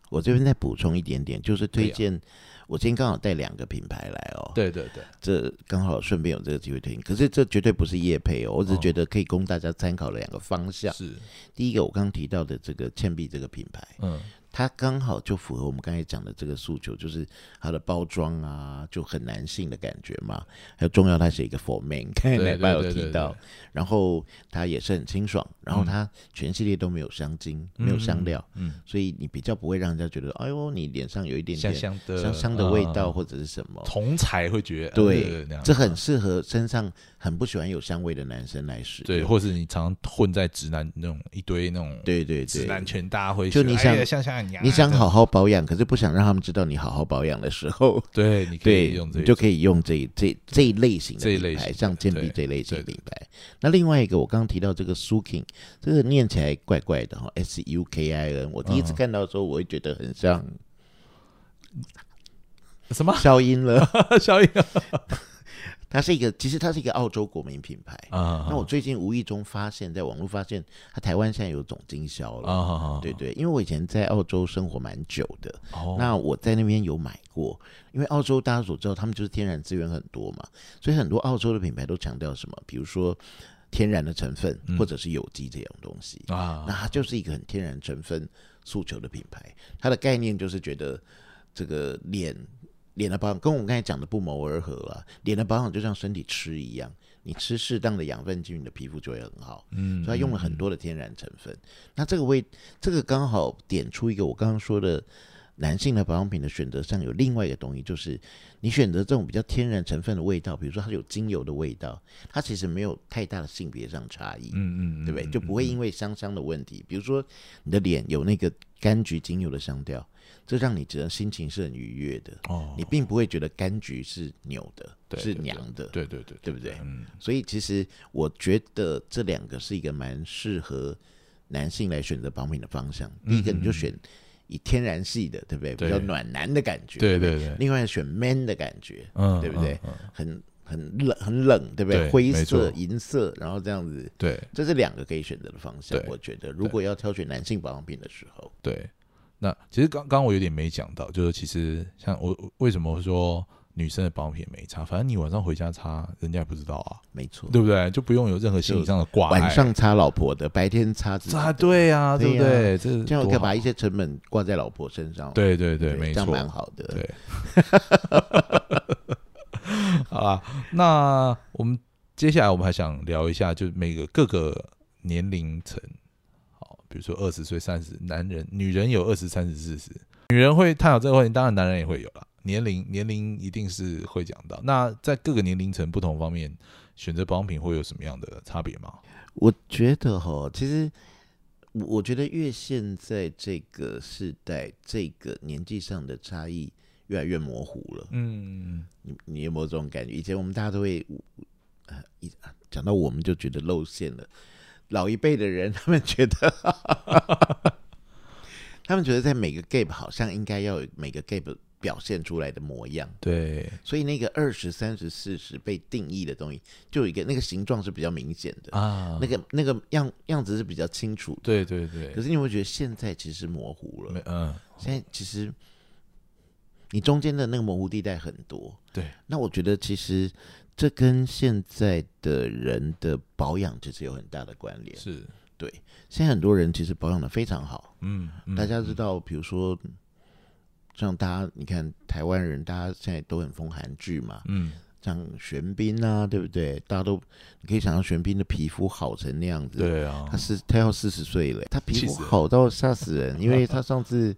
Speaker 2: 我这边再补充一点点，就是
Speaker 1: 可以
Speaker 2: 推
Speaker 1: 啊
Speaker 2: 荐，我今天刚好带两个品牌来哦，，
Speaker 1: 对对对，
Speaker 2: 这刚好顺便有这个机会推荐，可是这绝对不是业配哦，我只是
Speaker 1: 哦
Speaker 2: 觉得可以供大家参考的两个方向。
Speaker 1: 是，
Speaker 2: 第一个我刚刚提到的这个倩碧这个品牌，
Speaker 1: 嗯，
Speaker 2: 它刚好就符合我们刚才讲的这个诉求，就是它的包装啊，就很男性的感觉嘛。还有重要，它是一个 for man，刚才
Speaker 1: 对
Speaker 2: 奶爸有
Speaker 1: 对对
Speaker 2: 提
Speaker 1: 对
Speaker 2: 到，然后它也是很清爽，然后它全系列都没有香精，没有香料，
Speaker 1: 嗯，
Speaker 2: 所以你比较不会让人家觉得，哎呦，你脸上有一点
Speaker 1: 香
Speaker 2: 点
Speaker 1: 香的
Speaker 2: 香香的味道
Speaker 1: 嗯
Speaker 2: 或者是什么。
Speaker 1: 同才会觉得呃
Speaker 2: 哦对
Speaker 1: 那样
Speaker 2: 这很适合身上很不喜欢有香味的男生来使
Speaker 1: 对，
Speaker 2: 用
Speaker 1: 或是你常混在直男那种一堆那种
Speaker 2: 对对
Speaker 1: 直
Speaker 2: 对，
Speaker 1: 男圈，大家会
Speaker 2: 就
Speaker 1: 觉得
Speaker 2: 你
Speaker 1: 哎
Speaker 2: 想
Speaker 1: 呀像像你啊
Speaker 2: 你想
Speaker 1: 这样
Speaker 2: 好好保养，可是不想让他们知道你好好保养的时候，
Speaker 1: 对，你可
Speaker 2: 对，
Speaker 1: 以用这
Speaker 2: 你
Speaker 1: 个
Speaker 2: 就可以用这这这一类型的
Speaker 1: 这一
Speaker 2: 品
Speaker 1: 类
Speaker 2: 牌，
Speaker 1: 型
Speaker 2: 像
Speaker 1: 的
Speaker 2: 健力
Speaker 1: 对
Speaker 2: 这一类型的
Speaker 1: 对对
Speaker 2: 品牌。那另外一个，我刚刚提到这个 Sukin，这个念起来怪怪的哈，S U K I N。我第一次
Speaker 1: 嗯
Speaker 2: 看到的时候，我会觉得很像
Speaker 1: 什么 啊
Speaker 2: 消音了。
Speaker 1: 效 应
Speaker 2: 它是一个，其实它是一个澳洲国民品牌。
Speaker 1: 啊？
Speaker 2: 那我最近无意中发现，在网络发现，它台湾现在有总经销了。
Speaker 1: 啊，
Speaker 2: 对对，因为我以前在澳洲生活蛮久的，
Speaker 1: 哦，
Speaker 2: 那我在那边有买过，因为澳洲大家所知道，他们就是天然资源很多嘛，所以很多澳洲的品牌都强调什么，比如说天然的成分
Speaker 1: 嗯
Speaker 2: 或者是有机这种东西，那
Speaker 1: 啊，
Speaker 2: 它就是一个很天然成分诉求的品牌。它的概念就是觉得这个脸脸的保养跟我们刚才讲的不谋而合啊，脸的保养就像身体吃一样，你吃适当的养分进去，你的皮肤就会很好。
Speaker 1: 嗯
Speaker 2: 所以它用了很多的天然成分。那这个味，这个刚好点出一个我刚刚说的男性的保养品的选择上有另外一个东西，就是你选择这种比较天然成分的味道，比如说它有精油的味道，它其实没有太大的性别上差异。
Speaker 1: 嗯嗯嗯，
Speaker 2: 对不对？就不会因为香香的问题，比如说你的脸有那个柑橘精油的香调，这让你觉得心情是很愉悦的，
Speaker 1: 哦
Speaker 2: 你，并不会觉得柑橘是扭的，
Speaker 1: 对
Speaker 2: 是
Speaker 1: 对对
Speaker 2: 娘的，
Speaker 1: 对对对
Speaker 2: 对不对？
Speaker 1: 嗯，
Speaker 2: 所以其实我觉得这两个是一个蛮适合男性来选择保养品的方向。第一个
Speaker 1: 嗯
Speaker 2: 你就选以天然系的，对不对？比
Speaker 1: 对
Speaker 2: 较暖男的感觉。
Speaker 1: 对
Speaker 2: 不
Speaker 1: 对对，
Speaker 2: 另外选 man 的感觉，
Speaker 1: 嗯，
Speaker 2: 对不对
Speaker 1: 嗯？嗯
Speaker 2: 很很冷，很冷，对不对？
Speaker 1: 对
Speaker 2: 灰
Speaker 1: 没
Speaker 2: 色、
Speaker 1: 错
Speaker 2: 银色，然后这样子，
Speaker 1: 对
Speaker 2: 这是两个可以选择的方向。
Speaker 1: 对
Speaker 2: 我觉得如果要挑选男性保养品的时候，
Speaker 1: 对。那其实刚刚我有点没讲到，就是其实像我我为什么说女生的保养品没差，反正你晚上回家擦，人家也不知道啊，
Speaker 2: 没错，
Speaker 1: 对不哎对？就不用有任何心理上的挂碍。
Speaker 2: 晚上擦老婆的，白天擦自己
Speaker 1: 啊，
Speaker 2: 的，
Speaker 1: 对啊，对
Speaker 2: 对
Speaker 1: 不
Speaker 2: 啊
Speaker 1: 对？这
Speaker 2: 这样可
Speaker 1: 多
Speaker 2: 以把
Speaker 1: 好
Speaker 2: 一些成本挂在老婆身上。
Speaker 1: 对对对，没
Speaker 2: 这样
Speaker 1: 错，
Speaker 2: 蛮好的。
Speaker 1: 对，好啦，啊那我们接下来我们还想聊一下，就每个各个年龄层，好，比如说二十岁、三十，男人、女人有二十、三十、四十，女人会探讨这个问题，当然男人也会有啦。年龄年龄一定是会讲到，那在各个年龄层不同方面选择保养品会有什么样的差别吗？
Speaker 2: 我觉得哈，其实我我觉得越现在这个时代，这个年纪上的差异越来越模糊了。
Speaker 1: 嗯，
Speaker 2: 你你有没有这种感觉？以前我们大家都会，呃，一讲到我们就觉得露馅了。老一辈的人，他们觉得，他们觉得在每个 gap 好像应该要有每个 gap 表现出来的模样。
Speaker 1: 对，
Speaker 2: 所以那个二十三十四十被定义的东西，就有一个那个形状是比较明显的
Speaker 1: 啊，
Speaker 2: 那个那个样样子是比较清楚的。
Speaker 1: 对对对
Speaker 2: 可，是你有没有觉得现在其实模糊
Speaker 1: 没
Speaker 2: 了？
Speaker 1: 嗯，
Speaker 2: 现在其实你中间的那个模糊地带很多。
Speaker 1: 对，
Speaker 2: 那我觉得其实这跟现在的人的保养其实有很大的关联。
Speaker 1: 是，
Speaker 2: 现在很多人其实保养的非常好，
Speaker 1: 嗯，嗯
Speaker 2: 大家知道，比如说像大家你看台湾人，大家现在都很疯韩剧嘛，
Speaker 1: 嗯，
Speaker 2: 像玄彬啊，对不对？大家都你可以想象玄彬的皮肤好成那样子，
Speaker 1: 对啊
Speaker 2: 他，是他要四十岁了，他皮
Speaker 1: 气
Speaker 2: 肤
Speaker 1: 死人
Speaker 2: 好到吓死人，因 为他上次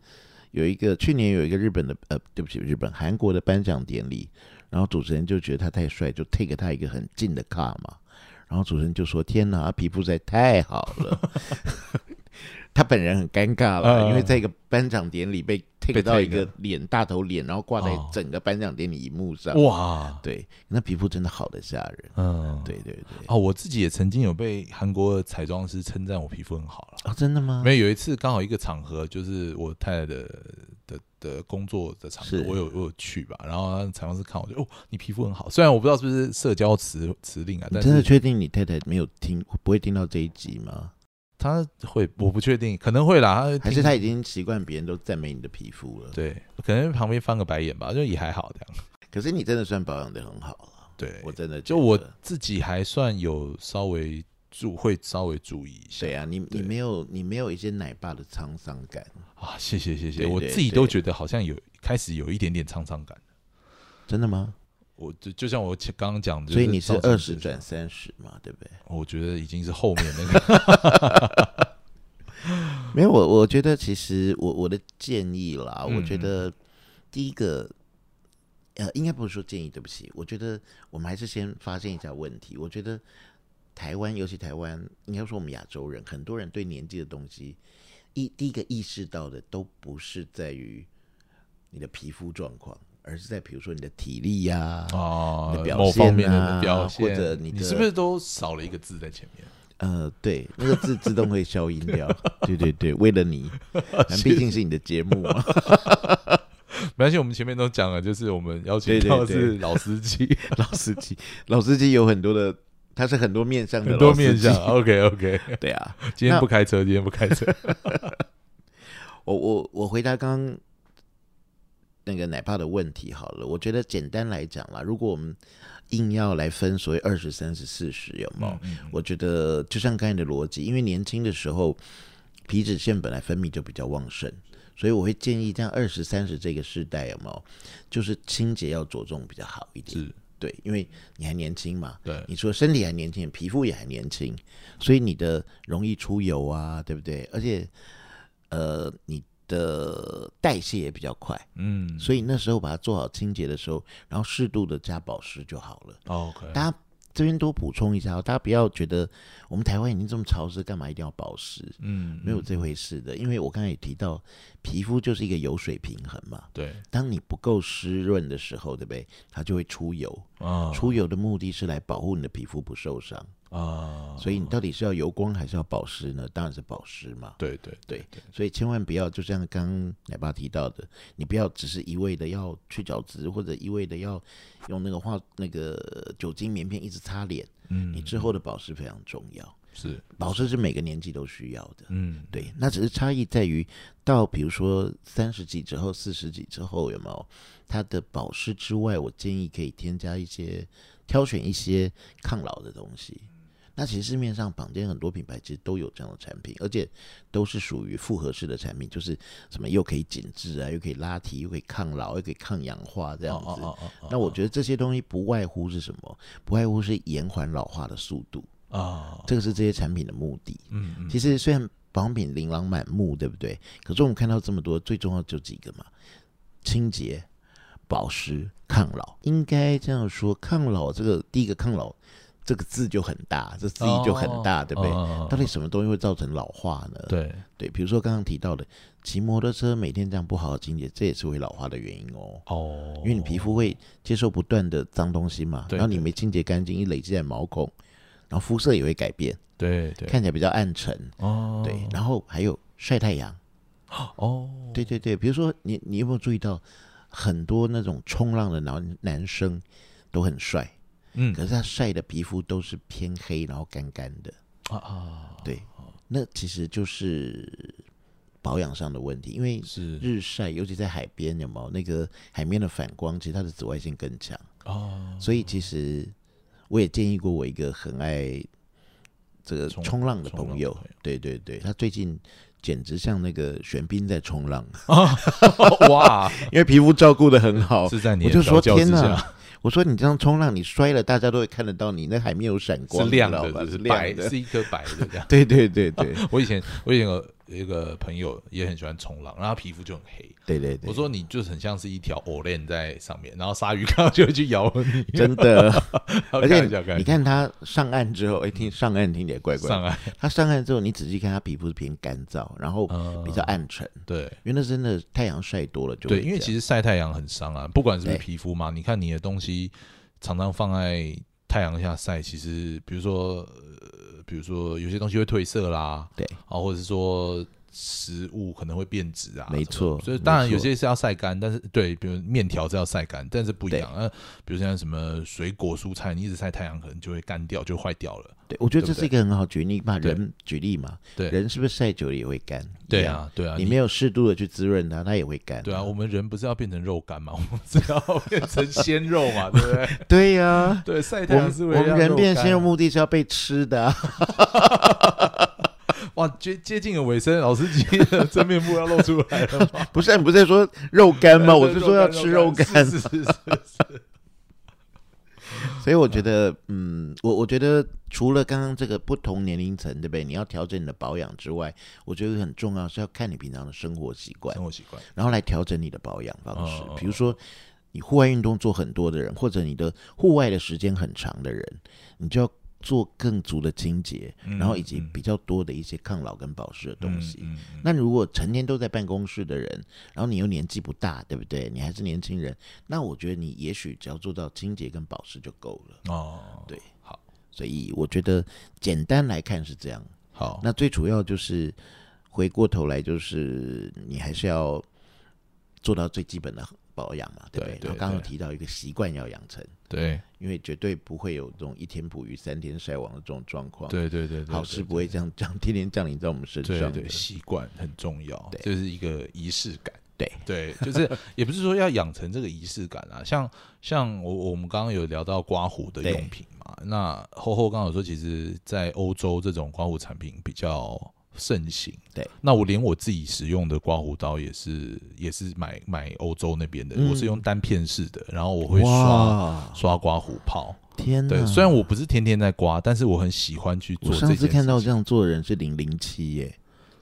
Speaker 2: 有一个去年有一个日本的呃，对不起，日本韩国的颁奖典礼，然后主持人就觉得他太帅，就 take 他一个很近的 car 嘛，然后主持人就说：“天哪，他皮肤实在太好了。” 他本人很尴尬了，
Speaker 1: 嗯
Speaker 2: 因为在一个颁奖典礼被 take
Speaker 1: take
Speaker 2: 到一
Speaker 1: 了
Speaker 2: 个脸大头脸，然后挂在
Speaker 1: 哦
Speaker 2: 整个颁奖典礼荧幕上。
Speaker 1: 哇，
Speaker 2: 对，那皮肤真的好的吓人。
Speaker 1: 嗯，
Speaker 2: 对对对，
Speaker 1: 哦，我自己也曾经有被韩国的彩妆师称赞我皮肤很好了。
Speaker 2: 哦，真的吗？
Speaker 1: 没有有一次刚好一个场合，就是我太太的的的工作的场合
Speaker 2: 是，
Speaker 1: 我有我有去吧，然后她彩妆师看我就哦，你皮肤很好，虽然我不知道是不是社交辞辞令啊，
Speaker 2: 你
Speaker 1: 但
Speaker 2: 真的
Speaker 1: 是
Speaker 2: 确定你太太没有听，不会听到这一集吗？
Speaker 1: 她会我不确定，可能会啦，她会
Speaker 2: 还是
Speaker 1: 呃听
Speaker 2: 她已经习惯别人都赞美你的皮肤了？
Speaker 1: 对，可能旁边翻个白眼吧，就也还好这样。
Speaker 2: 可是你真的算保养的很好了，
Speaker 1: 对，
Speaker 2: 我真的
Speaker 1: 就
Speaker 2: 觉
Speaker 1: 我
Speaker 2: 得
Speaker 1: 自己还算有稍微注会稍微注意一下。
Speaker 2: 对啊，你
Speaker 1: 对
Speaker 2: 你没有你没有一些奶爸的沧桑感，
Speaker 1: 啊，谢谢谢谢，
Speaker 2: 对
Speaker 1: 我
Speaker 2: 对
Speaker 1: 自己
Speaker 2: 对
Speaker 1: 都觉得好像有开始有一点点沧桑感。
Speaker 2: 真的吗？
Speaker 1: 我就就像我前刚刚讲的，
Speaker 2: 所以
Speaker 1: 就
Speaker 2: 你是
Speaker 1: 造成
Speaker 2: 二十
Speaker 1: 这
Speaker 2: 转
Speaker 1: 种，
Speaker 2: 三十嘛，对不对？
Speaker 1: 我觉得已经是后面那 个
Speaker 2: 没有，我我觉得其实我我的建议啦，
Speaker 1: 嗯
Speaker 2: 我觉得第一个，呃，应该不是说建议，对不起，我觉得我们还是先发现一下问题。我觉得台湾，尤其台湾，应该说我们亚洲人，很多人对年纪的东西，一第一个意识到的都不是在于你的皮肤状况，而是在比如说你的体力呀、
Speaker 1: 啊
Speaker 2: 你的表
Speaker 1: 某方面
Speaker 2: 现
Speaker 1: 的
Speaker 2: 啊
Speaker 1: 表
Speaker 2: 或
Speaker 1: 现，
Speaker 2: 者你的
Speaker 1: 是不是都少了一个字在前面？
Speaker 2: 呃，对，那个字自动会消音 掉。对对对，为了你，
Speaker 1: 哦
Speaker 2: 毕竟是你的节目嘛。
Speaker 1: 没关系，我们前面都讲了，就是我们邀请
Speaker 2: 对对
Speaker 1: 到的
Speaker 2: 对
Speaker 1: 是老司 机，
Speaker 2: 老司机，老司机有很多的，他是很多面向的
Speaker 1: 很多
Speaker 2: 老司机
Speaker 1: 面向。。OK OK，
Speaker 2: 对啊，
Speaker 1: 今天
Speaker 2: 那
Speaker 1: 不开车，今天不开车。
Speaker 2: 我我我回答刚刚那个奶爸的问题好了，我觉得简单来讲啦，如果我们硬要来分所谓二十、三十、四十，有没有？
Speaker 1: 嗯 嗯
Speaker 2: 我觉得就像刚才的逻辑，因为年轻的时候皮脂腺本来分泌就比较旺盛，所以我会建议在二十三十这个世代有没有，就是清洁要着重比较好一点。
Speaker 1: 是
Speaker 2: 对，因为你还年轻嘛，
Speaker 1: 对
Speaker 2: 你除了身体还年轻，皮肤也还年轻，所以你的容易出油啊，对不对？而且呃，你的代谢也比较快，
Speaker 1: 嗯
Speaker 2: 所以那时候把它做好清洁的时候，然后适度的加保湿就好了。
Speaker 1: ，OK，
Speaker 2: 大家这边多补充一下哦，大家不要觉得我们台湾已经这么潮湿，干嘛一定要保湿？
Speaker 1: 嗯，
Speaker 2: 没有
Speaker 1: 嗯
Speaker 2: 这回事的，因为我刚才也提到，皮肤就是一个油水平衡嘛。
Speaker 1: 对
Speaker 2: 当你不够湿润的时候，对不对？它就会出油。
Speaker 1: 啊
Speaker 2: 出油的目的是来保护你的皮肤不受伤，
Speaker 1: 啊，
Speaker 2: 所以你到底是要油光还是要保湿呢？当然是保湿嘛。
Speaker 1: 对对
Speaker 2: 对，所以千万不要就像刚刚奶爸提到的，你不要只是一味的要去角质，或者一味的要用那个化那个酒精棉片一直擦脸。
Speaker 1: 嗯，
Speaker 2: 你之后的保湿非常重要，
Speaker 1: 是
Speaker 2: 保湿是每个年纪都需要的。
Speaker 1: 嗯
Speaker 2: 对，那只是差异在于，到比如说三十几之后、四十几之后，有没有它的保湿之外，我建议可以添加一些、挑选一些抗老的东西。那其实市面上坊间很多品牌其实都有这样的产品，而且都是属于复合式的产品，就是什么又可以紧致啊，又可以拉提，又可以抗老，又可以抗氧化这
Speaker 1: 这
Speaker 2: 样子。
Speaker 1: 哦哦哦
Speaker 2: 那我觉得这些东西不外乎是什么？不外乎是延缓老化的速度，
Speaker 1: 得啊，
Speaker 2: 这个是这些产品的目的。
Speaker 1: 嗯嗯
Speaker 2: 其实虽然保养品琳琅满目，对不对？可是我们看到这么多，最重要就几个嘛：清洁、保湿、抗老。应该这样说，抗老这个第一个抗老这个字就很大，这字义就很大，对不对？
Speaker 1: 对
Speaker 2: 到底呃什么东西会造成老化呢？
Speaker 1: 哦对，
Speaker 2: 对，比如说刚刚提到的，骑摩托车每天这样不好好清洁，这也是会老化的原因哦。
Speaker 1: 哦，
Speaker 2: 因为你皮肤会接受不断的脏东西嘛，
Speaker 1: 对
Speaker 2: 然后你
Speaker 1: 对
Speaker 2: 没清洁干净，一累积在毛孔，然后肤色也会改变，
Speaker 1: 对对
Speaker 2: 看起来比较暗沉。
Speaker 1: 哦
Speaker 2: 对，然后还有晒太阳，
Speaker 1: 哦
Speaker 2: 对对对，比如说你你有没有注意到很多那种冲浪的男男生都很帅，
Speaker 1: 嗯
Speaker 2: 可是他晒的皮肤都是偏黑，然后干干的，
Speaker 1: 啊啊
Speaker 2: 对，那其实就是保养上的问题，因为
Speaker 1: 是
Speaker 2: 日晒，尤其在海边，有没有那个海面的反光，其实它的紫外线更强。
Speaker 1: 哦
Speaker 2: 所以其实我也建议过我一个很爱这个
Speaker 1: 冲
Speaker 2: 冲浪的
Speaker 1: 冲浪
Speaker 2: 朋
Speaker 1: 的
Speaker 2: 友
Speaker 1: 朋友，
Speaker 2: 对对对，他最近简直像那个玄彬在冲浪，
Speaker 1: 哇
Speaker 2: 因为皮肤照顾的很好。
Speaker 1: 是在你
Speaker 2: 哦我
Speaker 1: 的
Speaker 2: 就说
Speaker 1: 调教之
Speaker 2: 天
Speaker 1: 下
Speaker 2: 哪，我说你这样冲浪，你摔了，大家都会看得到你，那海面有闪光，
Speaker 1: 是亮
Speaker 2: 你知道
Speaker 1: 的，
Speaker 2: 吧
Speaker 1: 就是是
Speaker 2: 亮
Speaker 1: 白
Speaker 2: 的。。
Speaker 1: 是一颗白的这样
Speaker 2: 对对对对
Speaker 1: 我以前我以前有有一个朋友也很喜欢冲浪，然后他皮肤就很黑。
Speaker 2: 对对对，
Speaker 1: 我说你就是很像是一条藕链在上面，然后鲨鱼 看到就会去咬你。
Speaker 2: 真 的，而且
Speaker 1: 开玩笑开玩
Speaker 2: 你看他上岸之后，哎，听上岸听起来怪
Speaker 1: 笑
Speaker 2: 怪
Speaker 1: 上
Speaker 2: 的，
Speaker 1: 岸
Speaker 2: 他上岸之后，你仔细看他皮肤是偏干燥，然后
Speaker 1: 嗯
Speaker 2: 比较暗沉，
Speaker 1: 对
Speaker 2: 因为那真的太阳晒多了就
Speaker 1: 对，因为
Speaker 2: 实
Speaker 1: 其实晒太阳很伤啊，不管是不是
Speaker 2: 对
Speaker 1: 皮肤嘛，你看你的东西常常放在太阳下晒，其实比如说，呃、比如说有些东西会褪色啦，
Speaker 2: 对，
Speaker 1: 啊，或者是说食物可能会变质啊，
Speaker 2: 没错
Speaker 1: 所以当然
Speaker 2: 没错
Speaker 1: 有些是要晒干，但是对，比如面条是要晒干，但是不一样。呃，比如像什么水果蔬菜，你一直晒太阳，可能就会干掉，就坏掉了。
Speaker 2: 对，我觉得
Speaker 1: 对
Speaker 2: 这
Speaker 1: 不
Speaker 2: 是一个很好举例嘛，
Speaker 1: 对
Speaker 2: 人举例嘛，
Speaker 1: 对
Speaker 2: 人是不是晒久了也会干？
Speaker 1: 对
Speaker 2: 一样，
Speaker 1: 啊，对啊，
Speaker 2: 你
Speaker 1: 你
Speaker 2: 没有适度的去滋润它，它也会干。
Speaker 1: 对啊，我们人不是要变成肉干嘛？我们是要变成鲜肉嘛，对不对？
Speaker 2: 对呀，
Speaker 1: 对，晒
Speaker 2: 我
Speaker 1: 太阳
Speaker 2: 们
Speaker 1: 是
Speaker 2: 我
Speaker 1: 为了
Speaker 2: 们
Speaker 1: 让
Speaker 2: 人变
Speaker 1: 干
Speaker 2: 鲜肉目的是要被吃的 啊，
Speaker 1: 哇，接接近了尾声，老司机的真面目要露出来了吗？
Speaker 2: 不是？你不是在说肉干吗？
Speaker 1: 对
Speaker 2: 我是说要吃肉干，
Speaker 1: 是是是是是，
Speaker 2: 所以我觉得，嗯，我我觉得除了刚刚这个不同年龄层，对不对？你要调整你的保养之外，我觉得很重要是要看你平常的生活习惯
Speaker 1: 生，活习惯，
Speaker 2: 然后来调整你的保养方式
Speaker 1: 哦。
Speaker 2: 比如说，你户外运动做很多的人，或者你的户外的时间很长的人，你就要做更足的清洁，
Speaker 1: 嗯
Speaker 2: 然后以及
Speaker 1: 嗯
Speaker 2: 比较多的一些抗老跟保湿的东西。
Speaker 1: 嗯嗯
Speaker 2: 那如果成天都在办公室的人，然后你又年纪不大，对不对？你还是年轻人，那我觉得你也许只要做到清洁跟保湿就够了。
Speaker 1: 嗯哦，
Speaker 2: 对，
Speaker 1: 好，
Speaker 2: 所以我觉得简单来看是这样。
Speaker 1: 好，
Speaker 2: 那最主要就是回过头来，就是你还是要做到最基本的保养嘛，对不
Speaker 1: 对对
Speaker 2: 然后刚刚有
Speaker 1: 对
Speaker 2: 提到一个习惯要养成，
Speaker 1: 对
Speaker 2: 因为绝对不会有这种一天捕鱼三天晒网的这种状况。
Speaker 1: 对对对对，
Speaker 2: 好
Speaker 1: 对
Speaker 2: 事不会这样这样天天降临在我们身
Speaker 1: 对
Speaker 2: 上的
Speaker 1: 对，习惯很重要，
Speaker 2: 对
Speaker 1: 就是一个仪式感。
Speaker 2: 对
Speaker 1: 对，就是也不是说要养成这个仪式感啊，像像我我们刚刚有聊到刮胡的
Speaker 2: 对
Speaker 1: 用品嘛，那厚厚刚好说，其实在欧洲这种刮胡产品比较盛行。
Speaker 2: 对，
Speaker 1: 那我连我自己使用的刮胡刀也是也是买买欧洲那边的，
Speaker 2: 嗯
Speaker 1: 我是用单片式的，然后我会刷
Speaker 2: 哇，
Speaker 1: 刷刮胡泡。
Speaker 2: 天哪！
Speaker 1: 对，虽然我不是天天在刮，但是我很喜欢去做
Speaker 2: 我
Speaker 1: 这件
Speaker 2: 上
Speaker 1: 事情。
Speaker 2: 次看到这样做的人是零零七耶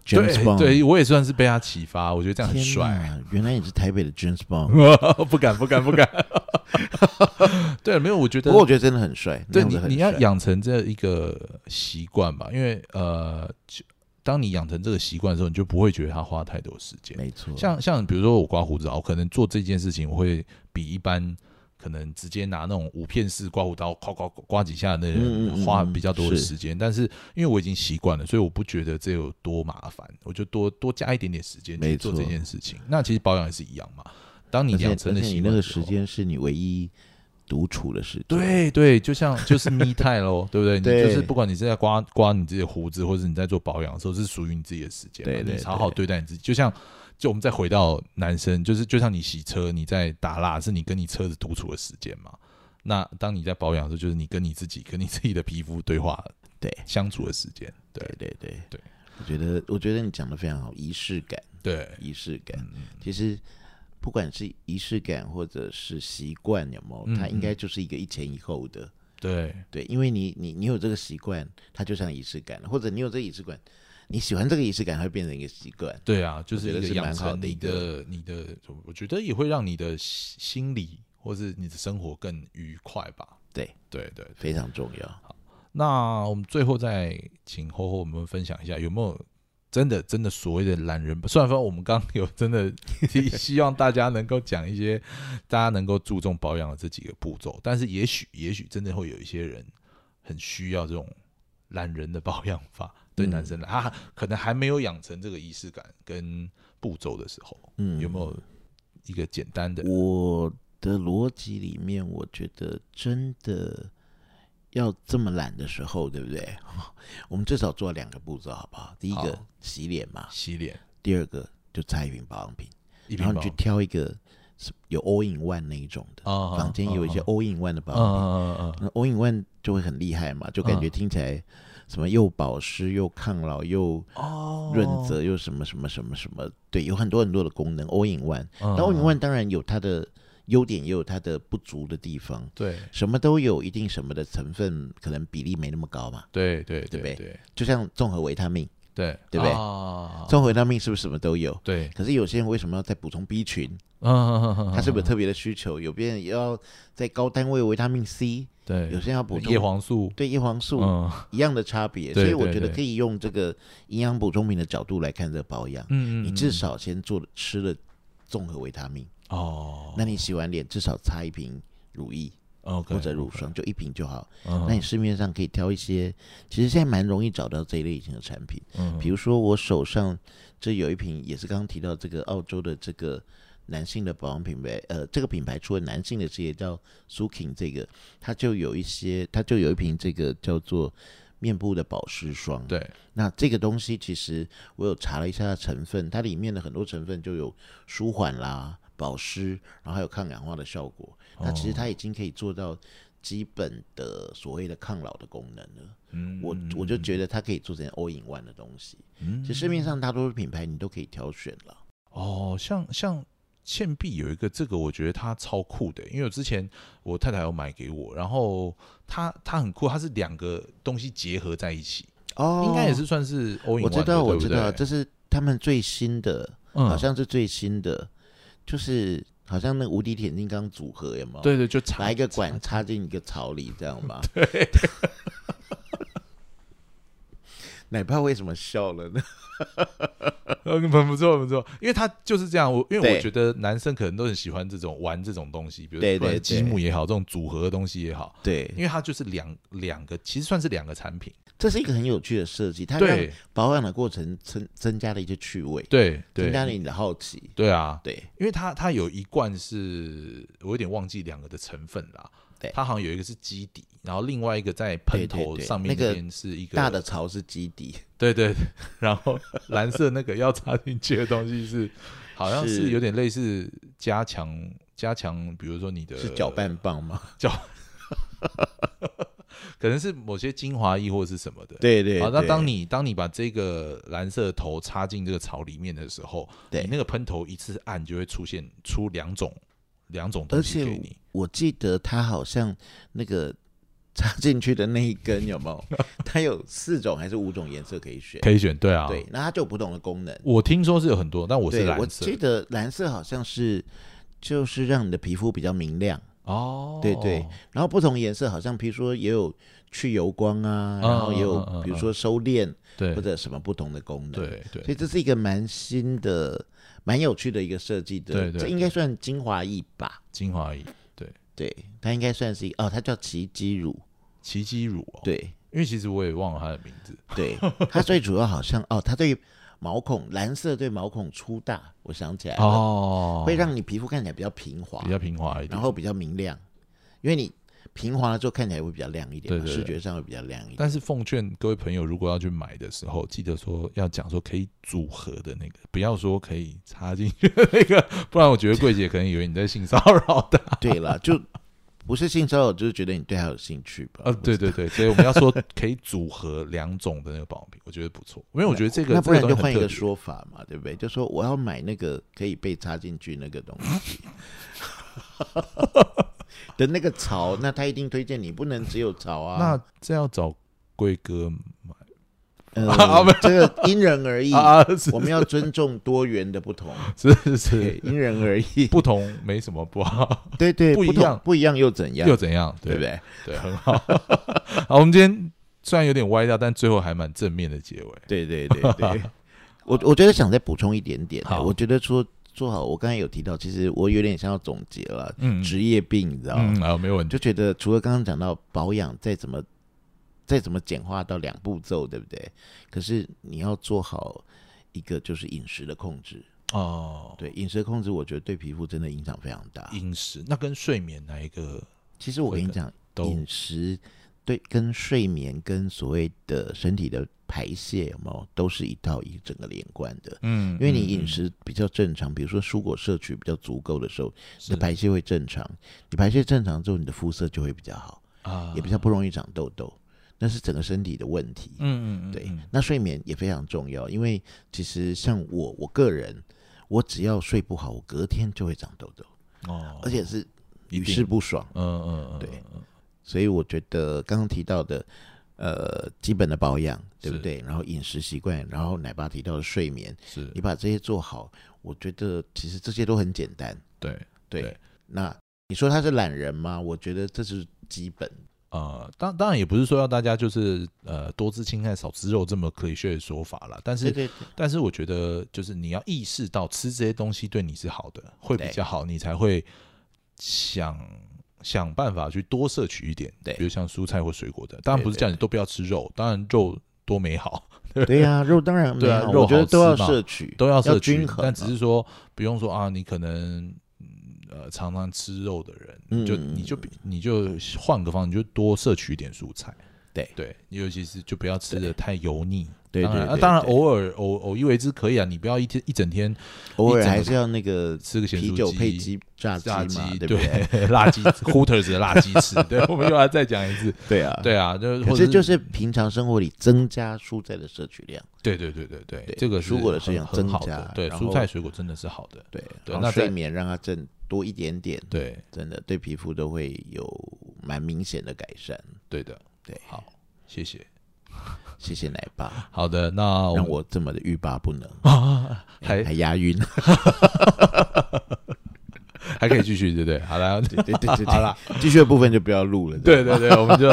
Speaker 1: 对
Speaker 2: ，James Bond，
Speaker 1: 对，我也算是被他启发，我觉得这样很
Speaker 2: 天
Speaker 1: 帅。嗯
Speaker 2: 哪，原来你是台北的 James Bond。
Speaker 1: 不敢，不敢，不敢。 对，没有，我觉得
Speaker 2: 不过我觉得真的很帅，那
Speaker 1: 对
Speaker 2: 样
Speaker 1: 你
Speaker 2: 子很
Speaker 1: 你要
Speaker 2: 帅
Speaker 1: 养成这一个习惯吧，因为呃，就当你养成这个习惯的时候，你就不会觉得它花太多时间。
Speaker 2: 没错，
Speaker 1: 像像比如说我刮胡子啊，我可能做这件事情，我会比一般可能直接拿那种五片式刮胡刀刮刮刮几下的
Speaker 2: 嗯嗯嗯
Speaker 1: 人花比较多的
Speaker 2: 是
Speaker 1: 时间，但是因为我已经习惯了，所以我不觉得这有多麻烦，我就多多加一点点时间
Speaker 2: 没
Speaker 1: 去
Speaker 2: 错
Speaker 1: 做这件事情。那其实保养也是一样嘛，当你
Speaker 2: 而且
Speaker 1: 养成
Speaker 2: 而
Speaker 1: 的
Speaker 2: 且
Speaker 1: 习
Speaker 2: 你
Speaker 1: 惯
Speaker 2: 那个
Speaker 1: 之后
Speaker 2: 时，间是你唯一独处的时间。，
Speaker 1: 对对，就 像就是 me time 咯，对不对？你
Speaker 2: 对
Speaker 1: 就是不管你是在刮刮你自己的胡子，或者你在做保养的时候，是属于你自己的时间嘛，
Speaker 2: 对对
Speaker 1: 你好好对待你自己。就像就我们再回到男生，就是就像你洗车，你在打蜡，是你跟你车子独处的时间嘛。那当你在保养的时候，就是你跟你自己、跟你自己的皮肤对话、
Speaker 2: 对
Speaker 1: 相处的时间。对
Speaker 2: 对对对
Speaker 1: 对，
Speaker 2: 我觉得我觉得你讲的非常好，仪式感，
Speaker 1: 对，
Speaker 2: 仪式感。
Speaker 1: 嗯，
Speaker 2: 其实不管是仪式感或者是习惯，有没有？它
Speaker 1: 嗯
Speaker 2: 应该
Speaker 1: 嗯
Speaker 2: 就是一个一前一后的。
Speaker 1: 对
Speaker 2: 对，因为你你你有这个习惯，它就像仪式感了；或者你有这个仪式感，你喜欢这个仪式感，它会变成一个习惯。
Speaker 1: 对啊，就是
Speaker 2: 我
Speaker 1: 一
Speaker 2: 觉得
Speaker 1: 个
Speaker 2: 是
Speaker 1: 养
Speaker 2: 蛮好
Speaker 1: 成
Speaker 2: 的一
Speaker 1: 你的你的，我觉得也会让你的心心理或是你的生活更愉快吧。
Speaker 2: 对
Speaker 1: 对对，
Speaker 2: 非常重要。
Speaker 1: 那我们最后再请厚厚我们分享一下，有没有真的真的所谓的懒人包？虽然说我们刚刚有真的提希望大家能够讲一些大家能够注重保养的这几个步骤，但是也许也许真的会有一些人很需要这种懒人的保养法。对
Speaker 2: 嗯
Speaker 1: 男生来，他可能还没有养成这个仪式感跟步骤的时候，
Speaker 2: 嗯，
Speaker 1: 有没有一个简单的？
Speaker 2: 我的逻辑里面，我觉得真的要这么懒的时候，对不对？ 我们至少做两个步骤，好不好？第一个
Speaker 1: 好
Speaker 2: 洗脸嘛，
Speaker 1: 洗脸，
Speaker 2: 第二个就擦一瓶保养品，
Speaker 1: 一
Speaker 2: 然后
Speaker 1: 瓶保
Speaker 2: 你去挑一个是有 all in one 那一种的，
Speaker 1: 啊
Speaker 2: 房间有一些 all in one 的保
Speaker 1: 嗯
Speaker 2: 养品。
Speaker 1: 嗯嗯嗯
Speaker 2: 那 all in one 就会很厉害嘛，就感觉
Speaker 1: 嗯
Speaker 2: 听起来什么又保湿又抗老又
Speaker 1: 哦
Speaker 2: 润泽又什么什么什么什么，对，有很多很多的功能 all in one。
Speaker 1: 嗯
Speaker 2: 那欧
Speaker 1: 嗯
Speaker 2: 云万当然有它的优点，也有它的不足的地方，
Speaker 1: 对
Speaker 2: 什么都有，一定什么的成分可能比例没那么高嘛。
Speaker 1: 对对对
Speaker 2: 对不对
Speaker 1: 对
Speaker 2: 就像综合维他命，
Speaker 1: 对
Speaker 2: 对不对
Speaker 1: 啊，
Speaker 2: 综合维他命是不是什么都有？
Speaker 1: 对，
Speaker 2: 可是有些人为什么要再补充 B 群？
Speaker 1: 嗯，
Speaker 2: 他是不是有特别的需求？有别人要在高单位维他命 C，
Speaker 1: 对
Speaker 2: 有些人要补充
Speaker 1: 叶黄素？
Speaker 2: 对叶黄素、
Speaker 1: 嗯
Speaker 2: 一样的差别，
Speaker 1: 对
Speaker 2: 所以我
Speaker 1: 对
Speaker 2: 觉得
Speaker 1: 对
Speaker 2: 可以用这个营养补充品的角度来看这个保养。
Speaker 1: 嗯，
Speaker 2: 你至少先做了吃了综合维他命，
Speaker 1: 哦，
Speaker 2: 那你洗完脸至少擦一瓶乳液，
Speaker 1: ，OK，
Speaker 2: 或者乳霜，就一瓶就好。
Speaker 1: 嗯，
Speaker 2: 那你市面上可以挑一些，其实现在蛮容易找到这一类型的产品。
Speaker 1: 嗯
Speaker 2: 比如说我手上这有一瓶，也是刚刚提到这个澳洲的这个男性的保养品牌，呃，这个品牌除了男性的这个叫 Sukin，这个它就有一些，它就有一瓶这个叫做面部的保湿霜。，
Speaker 1: 对，
Speaker 2: 那这个东西其实我有查了一下它的成分，它里面的很多成分就有舒缓啦、保湿，然后还有抗氧化的效果。
Speaker 1: 哦
Speaker 2: 那其实它已经可以做到基本的所谓的抗老的功能了。
Speaker 1: 嗯
Speaker 2: 我我就觉得它可以做成 all in one 的东西。
Speaker 1: 嗯
Speaker 2: 其实市面上大多数品牌你都可以挑选了。
Speaker 1: 哦，像像倩碧有一个这个，我觉得它超酷的，因为我之前我太太有买给我，然后它它很酷，它是两个东西结合在一起，
Speaker 2: 哦
Speaker 1: 应该也是算是 all in one
Speaker 2: 我知
Speaker 1: 的
Speaker 2: 道，
Speaker 1: 对
Speaker 2: 我
Speaker 1: 不
Speaker 2: 知道，
Speaker 1: 对
Speaker 2: 这是他们最新的，
Speaker 1: 嗯
Speaker 2: 好像是最新的，就是好像那个无敌铁金刚组合有没有？，
Speaker 1: 对对，就插
Speaker 2: 拿一个管插进一个槽里，这样吧。对。 奶爸为什么笑了呢？
Speaker 1: 呃，很不错，很不错，因为他就是这样。我因为我
Speaker 2: 对
Speaker 1: 觉得男生可能都很喜欢这种玩这种东西，比如
Speaker 2: 对
Speaker 1: 不管
Speaker 2: 对
Speaker 1: 是积
Speaker 2: 对
Speaker 1: 木也好，这种组合的东西也好，
Speaker 2: 对，
Speaker 1: 因为它就是两两个，其实算是两个产品。
Speaker 2: 这是一个很有趣的设计，它让
Speaker 1: 对
Speaker 2: 保养的过程增增加了一些趣味，
Speaker 1: 对
Speaker 2: 增加了
Speaker 1: 对
Speaker 2: 你的好奇。
Speaker 1: 对啊，
Speaker 2: 对，
Speaker 1: 因为它它有一罐是我有点忘记两个的成分啦，
Speaker 2: 对
Speaker 1: 它好像有一个是基底，然后另外一个在
Speaker 2: 对
Speaker 1: 喷
Speaker 2: 对
Speaker 1: 头
Speaker 2: 对
Speaker 1: 上面
Speaker 2: 那个
Speaker 1: 边是一个
Speaker 2: 大的，槽是基底，
Speaker 1: 对对对，然后 蓝色那个要插进去的东西是好像是
Speaker 2: 是
Speaker 1: 有点类似加强加强，比如说你的
Speaker 2: 是搅拌棒吗？
Speaker 1: 可能是某些精华液或是什么的。
Speaker 2: 对对
Speaker 1: 好，那
Speaker 2: 对
Speaker 1: 当你当你把这个蓝色的头插进这个槽里面的时候，
Speaker 2: 对
Speaker 1: 你那个喷头一次按就会出现出两种两种
Speaker 2: 而
Speaker 1: 东西
Speaker 2: 且
Speaker 1: 给你。
Speaker 2: 我记得它好像那个 插进去的那一根有没 有？它有四种还是五种颜色可以选？
Speaker 1: 可以选，对啊，
Speaker 2: 对，那它就有不同的功能。
Speaker 1: 我听说是有很多，但我是
Speaker 2: 对，我
Speaker 1: 蓝色
Speaker 2: 记得蓝色好像是就是让你的皮肤比较明亮，
Speaker 1: 哦，
Speaker 2: 对对，然后不同颜色好像，比如说也有去油光啊，然后也有
Speaker 1: 嗯嗯嗯嗯
Speaker 2: 比如说收敛
Speaker 1: 对
Speaker 2: 或者什么不同的功能。
Speaker 1: 对
Speaker 2: 所
Speaker 1: 对，
Speaker 2: 以这是一个蛮新的、蛮有趣的一个设计的，
Speaker 1: 对对
Speaker 2: 这应该算精华液吧？
Speaker 1: 精华液、
Speaker 2: 对，它应该算是一哦，它叫奇迹乳，
Speaker 1: 奇迹乳、哦，，
Speaker 2: 对
Speaker 1: 因为其实我也忘了它的名字，
Speaker 2: 对，它最主要好像哦，它对毛孔蓝色对毛孔粗大，我想起来了，
Speaker 1: 哦，
Speaker 2: 会让你皮肤看起来比较平滑
Speaker 1: 比，较平滑一点
Speaker 2: 然。后比较明亮，因为你平滑了之后看起来会比较亮一点嘛，
Speaker 1: 对对对
Speaker 2: 视觉上会比较亮一点。
Speaker 1: 但是奉劝各位朋友，如果要去买的时候，记得说要讲说可以组合的那个，不要说可以插进去的那个， 不然我觉得柜姐可能以为你在性骚扰 的。
Speaker 2: 对 了，就不是性骚扰，就是觉得你对它有兴趣吧？
Speaker 1: 啊，对对对，所以我们要说可以组合两种的那个保养品，我觉得不错，因为我觉得这个
Speaker 2: 那不然
Speaker 1: 这
Speaker 2: 就
Speaker 1: 东西很
Speaker 2: 换一
Speaker 1: 特
Speaker 2: 个
Speaker 1: 别
Speaker 2: 说法嘛，对不对？就说我要买那个可以被插进去那个东 西的那个槽，那他一定推荐你，不能只有槽啊。
Speaker 1: 那这要找贵哥买
Speaker 2: 那
Speaker 1: 啊不
Speaker 2: 呃，这个因人而异，
Speaker 1: 啊，是
Speaker 2: 我们要尊重多元的不同，
Speaker 1: 是
Speaker 2: 对
Speaker 1: 是，
Speaker 2: 因人而异。
Speaker 1: 不同没什么不好，
Speaker 2: 对对，
Speaker 1: 不
Speaker 2: 不
Speaker 1: 一
Speaker 2: 同
Speaker 1: 样
Speaker 2: 不一样又怎样
Speaker 1: 又？怎样？
Speaker 2: 对不
Speaker 1: 对
Speaker 2: 对？
Speaker 1: 对，很好。 好，我们今天虽然有点歪掉，但最后还蛮正面的结尾。
Speaker 2: 对 对对对，我我觉得想再补充一点点
Speaker 1: 好，
Speaker 2: 我觉得说做好，我刚才有提到，其实我有点想要总结了，
Speaker 1: 嗯，
Speaker 2: 职业病，你知道吗？
Speaker 1: 嗯啊，没有问题。
Speaker 2: 就觉得除了刚刚讲到保养，再怎么再怎么简化到两步骤，对不对？可是你要做好一个就是饮食的控制，
Speaker 1: 哦，
Speaker 2: 对啊饮食的控制，我觉得对皮肤真的影响非常大。
Speaker 1: 饮食那跟睡眠哪一个
Speaker 2: 其实我跟你讲，
Speaker 1: 都
Speaker 2: 饮食对跟睡眠跟所谓的身体的排泄有没有都是一套一整个连贯的。
Speaker 1: 嗯，
Speaker 2: 因为你
Speaker 1: 嗯
Speaker 2: 饮食比较正常，比如说蔬果摄取比较足够的时候，你
Speaker 1: 是
Speaker 2: 的排泄会正常。你排泄正常之后，你的肤色就会比较好。
Speaker 1: 嗯啊
Speaker 2: 也比较不容易长痘痘，那是整个身体的问题。
Speaker 1: 嗯嗯嗯，
Speaker 2: 对
Speaker 1: 嗯，
Speaker 2: 那睡眠也非常重要，因为其实像我我个人，我只要睡不好，我隔天就会长痘痘，
Speaker 1: 哦，
Speaker 2: 而且是
Speaker 1: 一
Speaker 2: 屡
Speaker 1: 定
Speaker 2: 试不爽。
Speaker 1: 嗯嗯嗯，
Speaker 2: 对
Speaker 1: 嗯，嗯
Speaker 2: 所以我觉得刚刚提到的，呃，基本的保养，对不
Speaker 1: 是
Speaker 2: 对？然后饮食习惯，然后奶爸提到的睡眠，
Speaker 1: 是
Speaker 2: 你，把这些做好，我觉得其实这些都很简单。
Speaker 1: 对
Speaker 2: 对，
Speaker 1: 对
Speaker 2: 那你说他是懒人吗？我觉得这是基本。
Speaker 1: 呃，当当然也不是说要大家就是呃多吃青菜少吃肉这么 cliché 的说法啦，但
Speaker 2: 对
Speaker 1: 是
Speaker 2: 对对
Speaker 1: 但是我觉得就是你要意识到吃这些东西对你是好的，会比
Speaker 2: 对
Speaker 1: 较好，你才会想想办法去多摄取一点，
Speaker 2: 对
Speaker 1: 比如像蔬菜或水果的。当然不是
Speaker 2: 对
Speaker 1: 叫你都不要吃肉，当然肉多美好，
Speaker 2: 对呀、肉当然
Speaker 1: 对啊
Speaker 2: 没有
Speaker 1: 肉
Speaker 2: 我
Speaker 1: 好
Speaker 2: 觉得
Speaker 1: 吃
Speaker 2: 都要
Speaker 1: 嘛
Speaker 2: 摄取，
Speaker 1: 都要摄取，
Speaker 2: 均衡
Speaker 1: 但只
Speaker 2: 啊
Speaker 1: 是说不用说啊，你可能嗯呃常常吃肉的人，
Speaker 2: 嗯
Speaker 1: 就
Speaker 2: 嗯嗯
Speaker 1: 你就比你就换个方法，你就多摄取一点蔬菜。
Speaker 2: 对
Speaker 1: 对，尤其是就不要吃的太油腻。
Speaker 2: 对
Speaker 1: 当
Speaker 2: 对
Speaker 1: 然，啊
Speaker 2: 对
Speaker 1: 当然
Speaker 2: 对
Speaker 1: 偶尔偶偶一为之可以啊，你不要一天一整天
Speaker 2: 偶
Speaker 1: 一
Speaker 2: 尔
Speaker 1: 整
Speaker 2: 还
Speaker 1: 个
Speaker 2: 是要那个
Speaker 1: 吃个咸
Speaker 2: 啤
Speaker 1: 酥
Speaker 2: 酒
Speaker 1: 鸡
Speaker 2: 配鸡炸鸡
Speaker 1: 辣
Speaker 2: 嘛，
Speaker 1: 鸡
Speaker 2: 对不 对？
Speaker 1: 辣鸡 Hooters 的辣鸡翅，对，我们又要再讲一次，
Speaker 2: 对啊，。
Speaker 1: 对啊，就是
Speaker 2: 可
Speaker 1: 或
Speaker 2: 是
Speaker 1: 者
Speaker 2: 就是平常生活里增加蔬菜的摄取量，
Speaker 1: 对对对对对
Speaker 2: 对，
Speaker 1: 这个是
Speaker 2: 蔬果的
Speaker 1: 很
Speaker 2: 摄氧
Speaker 1: 很好
Speaker 2: 增加
Speaker 1: 的，对，
Speaker 2: 然后嗯
Speaker 1: 蔬菜水果真的是好的，
Speaker 2: 对，
Speaker 1: 对
Speaker 2: 然后
Speaker 1: 那
Speaker 2: 睡
Speaker 1: 在
Speaker 2: 眠让它正多一点点，
Speaker 1: 对
Speaker 2: 真的对皮肤都会有蛮明显的改 善。
Speaker 1: 对的，
Speaker 2: 对，
Speaker 1: 好，谢谢，
Speaker 2: 谢谢奶爸，
Speaker 1: 好的，那我
Speaker 2: 让
Speaker 1: 们
Speaker 2: 我这么的欲罢不能，
Speaker 1: 还
Speaker 2: 还押韵，
Speaker 1: 还可以继续，对不对？好了，
Speaker 2: 对对 对对，
Speaker 1: 好啦，
Speaker 2: 继续的部分就不要录了。
Speaker 1: 对
Speaker 2: 吧，
Speaker 1: 对对，我们就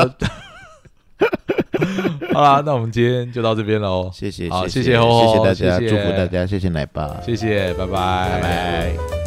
Speaker 1: 好啦，那我们今天就到这边哦喽，
Speaker 2: 谢谢，
Speaker 1: 好谢
Speaker 2: 谢
Speaker 1: 谢
Speaker 2: 谢
Speaker 1: 吼吼
Speaker 2: 谢大家，
Speaker 1: 谢谢
Speaker 2: 祝福大家，谢谢奶爸，
Speaker 1: 谢谢，拜拜，
Speaker 2: 拜拜。